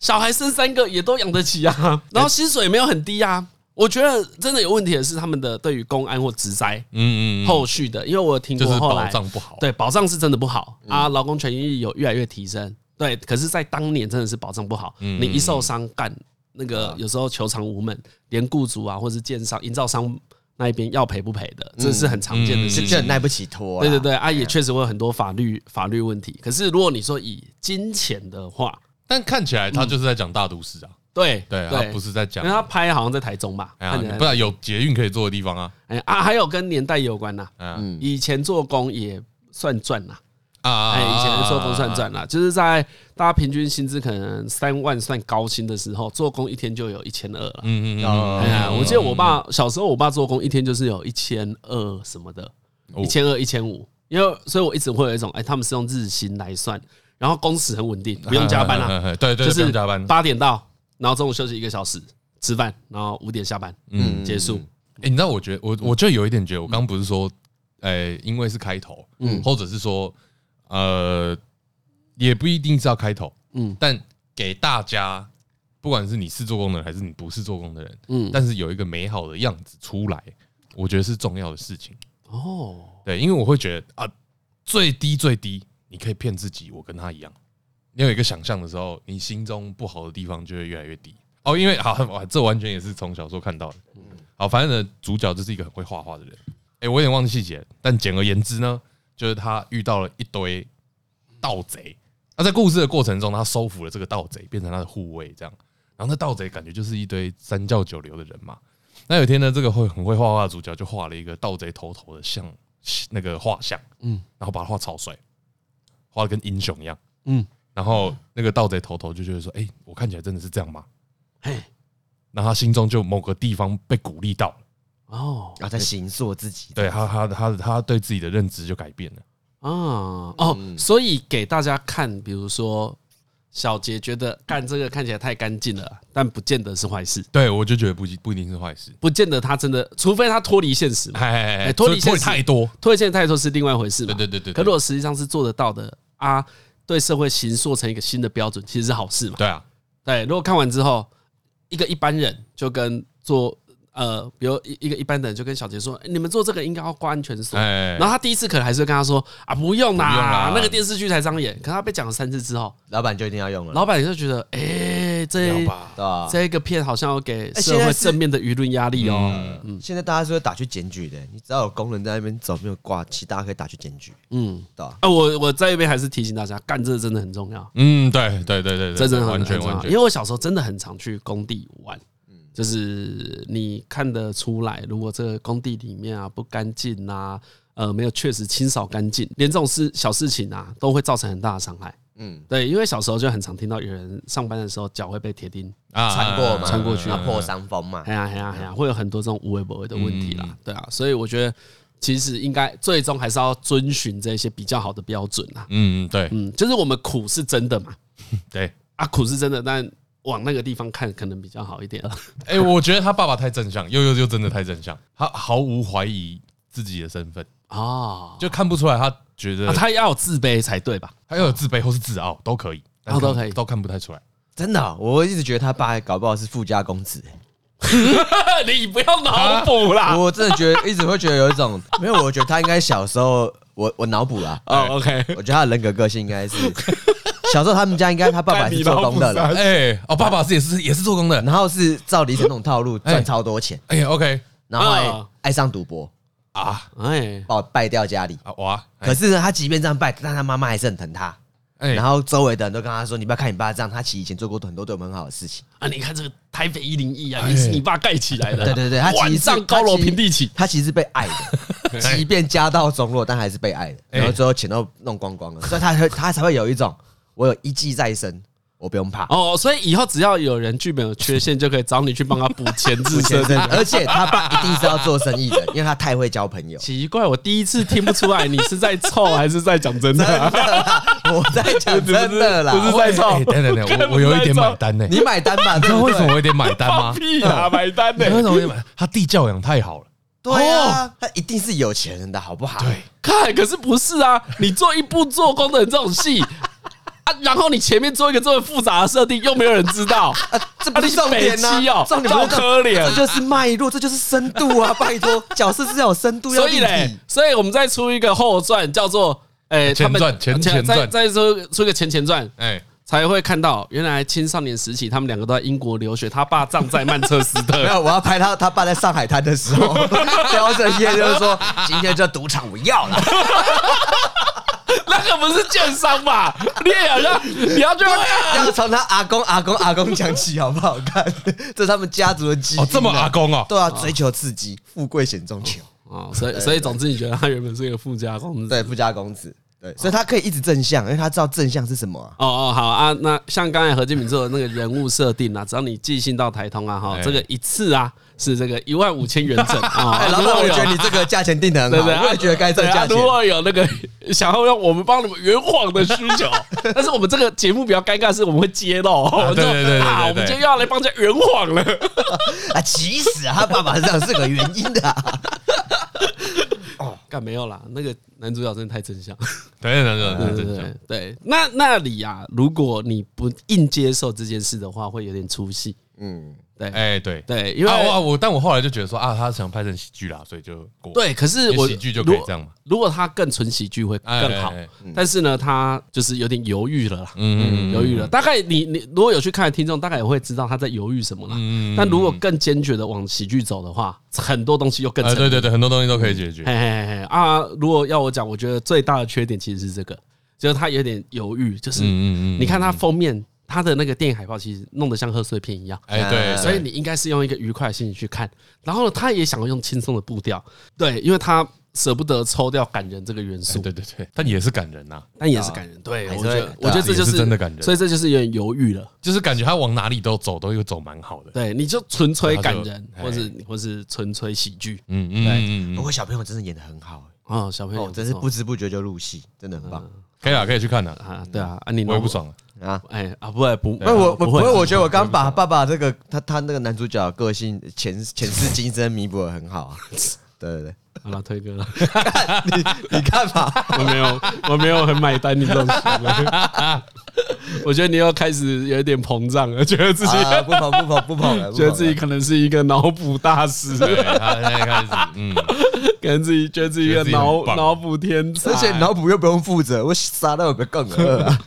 A: 小孩生三个也都养得起啊，然后薪水也没有很低啊。我觉得真的有问题的是他们的对于公安或职灾
B: 嗯嗯嗯，
A: 后续的，因为我有听
B: 就
A: 过
B: 是
A: 后
B: 保
A: 来
B: 障不好，
A: 对保障是真的不好啊，劳工权益有越来越提升，对，可是，在当年真的是保障不好，你一受伤干那个有时候球场无门，连雇主啊或是建商、营造商那一边要赔不赔的，这是很常见的事
C: 就
A: 情。
C: 就很耐不起拖。
A: 对对，对，啊，也确实会有很多法律法律问题。可是如果你说以金钱的话，
B: 但看起来他就是在讲大都市啊，
A: 对
B: 对，他不，是在讲
A: 因为，他拍好像在台中吧，
B: 哎呀，
A: 看起
B: 你
A: 来
B: 不然有捷运可以坐的地方啊，
A: 哎啊，还有跟年代也有关呐。
B: 嗯
A: 以前做工也算赚呐，
B: 啊啊，
A: 哎，以前做工
B: 风
A: 算赚，啦，就是在大家平均薪资可能三万算高薪的时候，做工一天就有一千二了。
B: 嗯嗯嗯，
A: 哎呀，我记得我爸小时候，我爸做工一天就是有一千二什么的，
B: 哦
A: 一千二、一千五，因为所以我一直会有一种，哎，他们是用日薪来算，然后工时很稳定，不用加班啦，
B: 啦， [LAUGHS] 对对，
A: 就
B: 不
A: 是
B: 用加班。
A: 八点到，然后中午休息一个小时，吃饭，然后五点下班，嗯，结束，
B: 哎，你知道，我觉得我我就有一点觉得，我刚刚不是说，哎，因为是开头，
A: 嗯
B: 或者是说，呃，也不一定是要开头，
A: 嗯
B: 但给大家，不管是你是做工的人还是你不是做工的人，
A: 嗯，
B: 但是有一个美好的样子出来，我觉得是重要的事情。
A: 哦，
B: 对，因为我会觉得啊，最低最低，你可以骗自己，我跟他一样。你有一个想象的时候，你心中不好的地方就会越来越低。哦，因为好，哇这完全也是从小说看到的。好，反正呢，主角就是一个很会画画的人。哎、我有点忘记细节，但简而言之呢，就是他遇到了一堆盗贼。那在故事的过程中，他收服了这个盗贼，变成他的护卫，这样。然后那盗贼感觉就是一堆三教九流的人嘛。那有一天呢，这个会很会画画的主角就画了一个盗贼头头的像那个画像，嗯，然后把它画超帅，画的跟英雄一样，嗯
A: 嗯。
B: 然后那个盗贼头头就觉得说：“哎、我看起来真的是这样吗
A: 嘿，？”
B: 然后他心中就某个地方被鼓励到了，
A: 哦，
C: 然后在形塑自己。
B: 对他，他他他对自己的认知就改变了。
A: 啊哦，
B: 嗯
A: 所以给大家看，比如说小杰觉得干这个看起来太干净了，但不见得是坏事，
B: 对我就觉得不一不一定是坏事，
A: 不见得他真的，除非他脱离现实嘛，
B: 哎
A: 哎脱离
B: 脱
A: 现
B: 离
A: 实
B: 太多，
A: 脱离现实太多是另外一回事嘛。
B: 对对对对，
A: 可
B: 对
A: 如果实际上是做得到的啊，对社会形塑成一个新的标准，其实是好事嘛。
B: 对啊，
A: 对，如果看完之后，一个一般人就跟做呃，比如一一个一般的人就跟小杰说，哎你们做这个应该要挂安全锁，
B: 哎，
A: 然后他第一次可能还是会跟他说啊，不用
B: 不用
A: 啦
B: 啦，
A: 那个电视剧才上演。可他被讲了三次之后，
C: 老板就一定要用了，
A: 老板也就觉得，哎、
B: 要
A: 这
B: 吧，
C: 对吧？
A: 这个片好像要给
C: 哎
A: 社
C: 现
A: 会
C: 在是
A: 正面的舆论压力哦。
B: 嗯，
C: 现在大家是会打去检举的，你只要有工人在那边走没有挂旗，大家可以打去检举，
A: 嗯，
C: 对吧？
A: 啊，我我在这边还是提醒大家，干这真的很重要，
B: 嗯，对对对对对，
A: 这真的很
B: 完
A: 很啊
B: 全
A: 重
B: 完
A: 要。
B: 全
A: 因为我小时候真的很常去工地玩，就是你看得出来，如果这个工地里面啊不干净啊，呃，没有确实清扫干净，连这种事小事情啊，都会造成很大的伤害。
C: 嗯，
A: 对，因为小时候就很常听到有人上班的时候脚会被铁钉，
B: 啊
C: 穿过嘛，
A: 穿过去嗯
C: 啊破伤风嘛
A: 哎，呀哎呀哎
C: 啊
A: 呀，会有很多这种无微不微的问题
C: 嗯
A: 啦。对啊，所以我觉得其实应该最终还是要遵循这些比较好的标准啊。
B: 嗯，对
A: 嗯，就是我们苦是真的嘛，
B: 对。
A: 啊苦是真的，但往那个地方看可能比较好一
C: 啊
A: 点。
B: [LAUGHS] 哎、我觉得他爸爸太正向，又又又真的太正向，他毫无怀疑自己的身份，
A: [LAUGHS] 哦，
B: 就看不出来他觉得
A: 啊他要有自卑才对
C: [LAUGHS]
A: 吧？
B: 他又有自卑或是自傲都可以，但
A: 哦
B: 看
A: 都可以
B: 都看不太出来。
C: 真的哦，我一直觉得他爸搞不好是富家公子，欸
A: 你不要脑补啦。
C: 我真的觉得一直会觉得有一种，没有，我觉得他应该小时候，我我脑补啦，
A: 哦，OK，
C: 我觉得他的人格个性应该
A: [LAUGHS]
C: 是小时候他们家应该他爸爸是做工的了，
B: 哎、哦，爸爸是也是也是做工的，
C: 然后是照李晨那种套路
B: 哎
C: 赚超多钱，
B: 哎、o k
C: 然后还
A: 啊
C: 爱上赌博，
B: 啊
A: 哎，
C: 把我败掉家里。
B: 啊哇，哎
C: 可是呢，他即便这样败，但他妈妈还是很疼他。
B: 哎
C: 然后周围的人都跟他说：“你不要看你爸这样，他其实以前做过很多对我们很好的事情。
A: 啊，你看这个台北一零一啊，也是你爸盖起来的。
C: 哎对对对，他其实
A: 晚
C: 是
A: 上高楼平地起，哎
C: 他其实是被爱
A: [LAUGHS]
C: 的，即便家道中落，但还是被爱的。然后最后钱都弄光光了，所以他才会他才会有一种我有一技在身，我不用怕。
A: 哦，所以以后只要有人剧本有缺陷，就可以找你去帮他补
C: [LAUGHS]
A: 前置身。
C: 而且他爸一定是要做生意
A: [LAUGHS]
C: 的，因为他太会交朋友。 [LAUGHS]
A: 奇怪，我第一次听不出来你是在凑还是在讲真的 [LAUGHS] 啊、
C: 我在讲真
A: [LAUGHS]
C: 的啦，
A: 不是在
B: 哎、
A: 照
B: 等等等，
A: 根本
B: 我我有一
A: 在
B: 点
A: 照
B: 买单呢、
C: 你买单吧？
B: 你
C: 对
B: 知道
C: 不
B: 为
C: 对
B: 什么我有点买单吗？
A: 屁啊，买单呢、
B: 你知道为什么我有点买？他弟教养太好了，
C: 对啊，他一定是有钱人的好不好？
B: 对，
A: 看，可是不是啊？你做一部做工的人这种戏啊，然后你前面做一个这么复杂的设定，又没有人知道，
C: 啊，这不是重
A: [LAUGHS]
C: 点
A: 啊你是北七
C: 呐、
A: 哦
C: 重点不是
A: 好可怜
C: 这就是脉络，这就是深度
A: [LAUGHS]
C: 啊！拜托，角色是要有深度，要
A: 所
C: 立
A: 以
C: 体
A: 嘞。，所以我们再出一个后传，叫做诶、他们
B: 前传前前
A: 再
B: 传
A: 再出出一个前前传，
B: 哎、
A: 才会看到原来青少年时期他们两个都在英国留学，他爸葬在曼彻斯 [LAUGHS]
C: 没
A: 特。
C: 有，我要拍他他爸在上海滩的
A: [LAUGHS]
C: 时候，叼着烟就是说，今天这赌场我要了。
A: [LAUGHS] 那个不是建商吧？ [LAUGHS] 你也好像你要去
C: 要从他阿公阿公阿公讲起，好不好看？ [LAUGHS] 这是他们家族的基因啊
B: 哦，这么阿公哦，
C: 对啊，追求刺激，富贵险中求。
A: 哦，所以所以总之，你觉得他原本是一个富家公子？
C: 对，富家公子，对，所以他可以一直正向，因为他知道正向是什么、啊。
A: 哦哦，好啊，那像刚才何建敏做的那个人物设定啊，只要你寄信到台通啊，哈，
B: 哎
A: 这个一次啊是这个一万五千元整啊
C: 哎，。 [LAUGHS] 老
A: 如
C: 板，
A: 果
C: 我
A: 有
C: 觉得你这个价钱定的
A: [LAUGHS]
C: 很
A: 对不对？
C: 好，我也觉得该这个
A: 对啊
C: 价钱
A: 如。果有那个 [LAUGHS] 想要让我们帮你们圆谎的需求， [LAUGHS] 但是我们这个节目比较尴尬，是我们会揭露，
B: 对对对对对
A: 啊，
B: 对
A: 我们今天又要来帮人家圆谎了。 [LAUGHS]
C: 啊，其实啊，他爸爸这样是有原因的、啊。
A: 干没有啦，那个男主角真的太真相。
B: 等等等
A: 对
B: 等
A: 对
B: 等
A: 对
B: 等，
A: 对，那那里啊，如果你不硬接受这件事的话，会有点出戏。
C: 嗯，
A: 对，
B: 哎、对。
A: 对，因为、
B: 啊我啊我，但我后来就觉得说啊，他想拍成喜剧啦，所以就过。
A: 对，可是
B: 因为
A: 我
B: 喜剧就可以
A: 如果
B: 这样嘛
A: 如果他更纯喜剧会
B: 哎
A: 更好
B: 哎哎，
A: 但是呢，他就是有点犹豫了啦。
B: 嗯，嗯嗯，
A: 犹豫了，大概你你如果有去看的听众，大概也会知道他在犹豫什么啦。但如果更坚决的往喜剧走的话，很多东西又
B: [LAUGHS]
A: 更成
B: 哎，
A: 立
B: 对对对，很多东西都可以解决。
A: 嘿嘿嘿嘿啊！如果要我讲，我觉得最大的缺点其实是这个，就是他有点犹豫，就是
B: 嗯嗯嗯
A: 你看他封面，他的那个电影海报其实弄得像贺岁片一样。
B: 哎，对，
A: 所以你应该是用一个愉快的心情去看，然后呢，他也想要用轻松的步调，对，因为他舍不得抽掉感人这个元
B: 哎
A: 素，
B: 对对对，但也是感人啊呐，
A: 但也是感人，对
C: 还
A: 我
C: 是
A: 觉
C: 会
A: 得，
C: 对
A: 我
C: 啊
A: 觉得这
B: 也
A: 就是
B: 真的感人
A: 所以这就是有点犹豫了。
B: 就是感觉他往哪里都走，都有走蛮好的。
A: 对，你就纯粹
B: 对他
A: 感
B: 就
A: 人，
B: 哎
A: 或是或是纯粹喜剧
B: 嗯嗯嗯嗯
C: 不
B: 嗯，
C: 过小朋友真的演的很好、
A: 哦，小朋友
C: 哦，真是不知不觉就入戏，真的很棒、
B: 可以啦，可以去看啦。
A: 啊，对啊，啊你
B: 我也不，爽了，
C: 啊！
A: 哎啊，不会不，
C: 不是我，我
A: 不
C: 不会，我觉
A: 得
C: 得我刚把爸爸这个他他那个男主角的个性前前世今生弥补的很好啊。
A: [LAUGHS]
C: 对对
A: 好了，推哥了，
C: 对，你看嘛，
A: [LAUGHS] 我没有，我没有很买单你这种行为， [LAUGHS] 我觉得你又开始有一点膨胀了，觉得自己
C: 啊，不捧不捧不捧了，不捧
A: [LAUGHS] 觉得自己
C: 了
A: 可能是一个脑补大师， [LAUGHS]
B: 对，他现在开始， [LAUGHS] 嗯，
A: 可能自己觉得自己一
B: 觉
A: 个
B: 得自己
A: 脑
B: 很棒
A: 脑补天才
C: 而。且脑补又不用负责，我杀到有个更饿啊！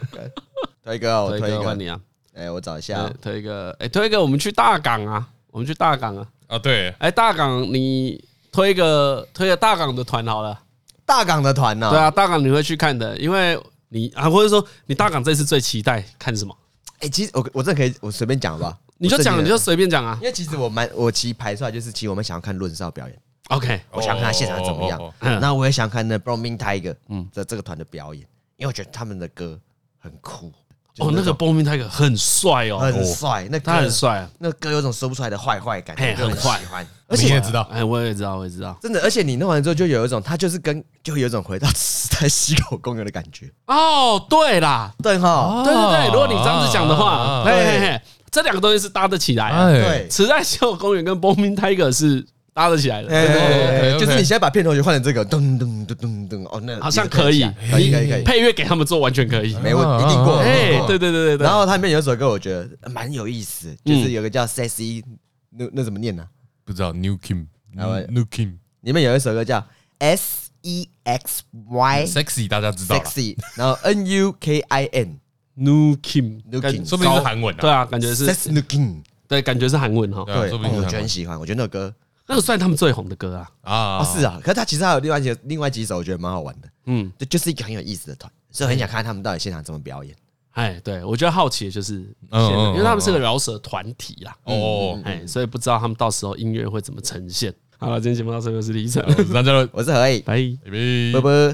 C: 推哥，我
A: 推
C: 推一
A: 哥
C: 个
A: 换，你啊，
C: 哎，我找一下
A: 哎，推哥，哎，推哥，我们去大港啊，我们去大港啊，
B: 啊，对，
A: 哎，大港你推个推个大港的团好了。
C: 大港的团呐，
A: 对啊，大港你会去看的，因为你啊，或者说你大港这次最期待看什么？
C: 哎、其实我我真的可以，我随便讲吧。
A: 你就
C: 我
A: 讲，
C: 正
A: 你
C: 念
A: 就随便讲啊
C: 因。为其实我蛮我其实排出来就是，其实我们想要看论少表演，
A: OK，
C: 我想看他现场怎
B: 哦
C: 么
B: 哦
C: 样，
A: 哦哦
C: 那我也想看那 Blooming Tiger
A: 嗯
C: 的这个团的表演，因为我觉得他们的歌很酷，就是
A: 哦，那个
C: 种
A: b o m i n Tiger 很帅哦，
C: 很帅，那歌
A: 他很，帅啊。
C: 那歌有种说不出来的坏坏感，
A: 嘿
C: 我就
A: 很坏
C: 喜欢，而
B: 你
C: 且
B: 也知道，
A: 哎，我也知道，我也知道
C: 真的，而且你弄完之后就有一种，他就是跟就有一种回到时代西口公园的感觉，
A: 哦，对啦，
C: 对哈，
A: 对对对，如果你这样子讲的话，
B: 啊
A: 嘿嘿嘿，这两个东西是搭得起来啊的。
B: 哎
C: 对，
A: 池袋秀公园跟 Booming Tiger 是搭得起来的，
C: 哎哎哎哎
B: OK，OK
C: 就是你现在把片头曲换成这个，咚咚咚咚咚，哦，那
A: 好像可以
C: 可以可以可以，
A: 配乐给他们做完全可以。
C: 没问一定过，一
A: 哎
C: 定，过
A: 对对对对对
C: 然，后他里面有一首歌，我觉得蛮有意思，
A: 嗯
C: 就是有个叫 Sexy，那那怎么念呢？
B: 不知道 New Kim
C: 然后
B: New Kim
C: 里面有一首歌叫 S E X Y
B: Sexy 大家知道了，
C: 哎 Sexy，然后 N U K I
B: [LAUGHS]
C: N
A: New Kim，
C: New
A: 感
C: Kim
B: 说不定是韩文啊
A: 对啊，感觉是
C: Sexy King，
A: 对，感觉是韩文哈。
B: 对啊，
C: 对，
B: 说
C: 哦
B: 不定
C: 我
B: 是韩
C: 觉得很
B: 文
C: 喜欢，我觉得那首歌
A: 那个算他们最红的歌啊。
B: 啊
C: 哦是啊，可是他其实还有另外几另外几首，我觉得蛮好玩的，
A: 嗯，
C: 对，就是一个很有意思的团，所
B: 嗯
C: 以很想看他们到底现场怎么表演。
A: 哎，对我觉得好奇的就是现在，
B: 嗯嗯
A: 因为他们是个饶舌团体啦，
C: 嗯
B: 哦，
A: 哎，所以不知道他们到时候音
C: 嗯
A: 乐会怎么呈现。好了，今天节目到这边，我是李晨，
B: 大家都
C: 我是何以，
A: [LAUGHS] 拜。
B: 拜拜
C: 拜。拜。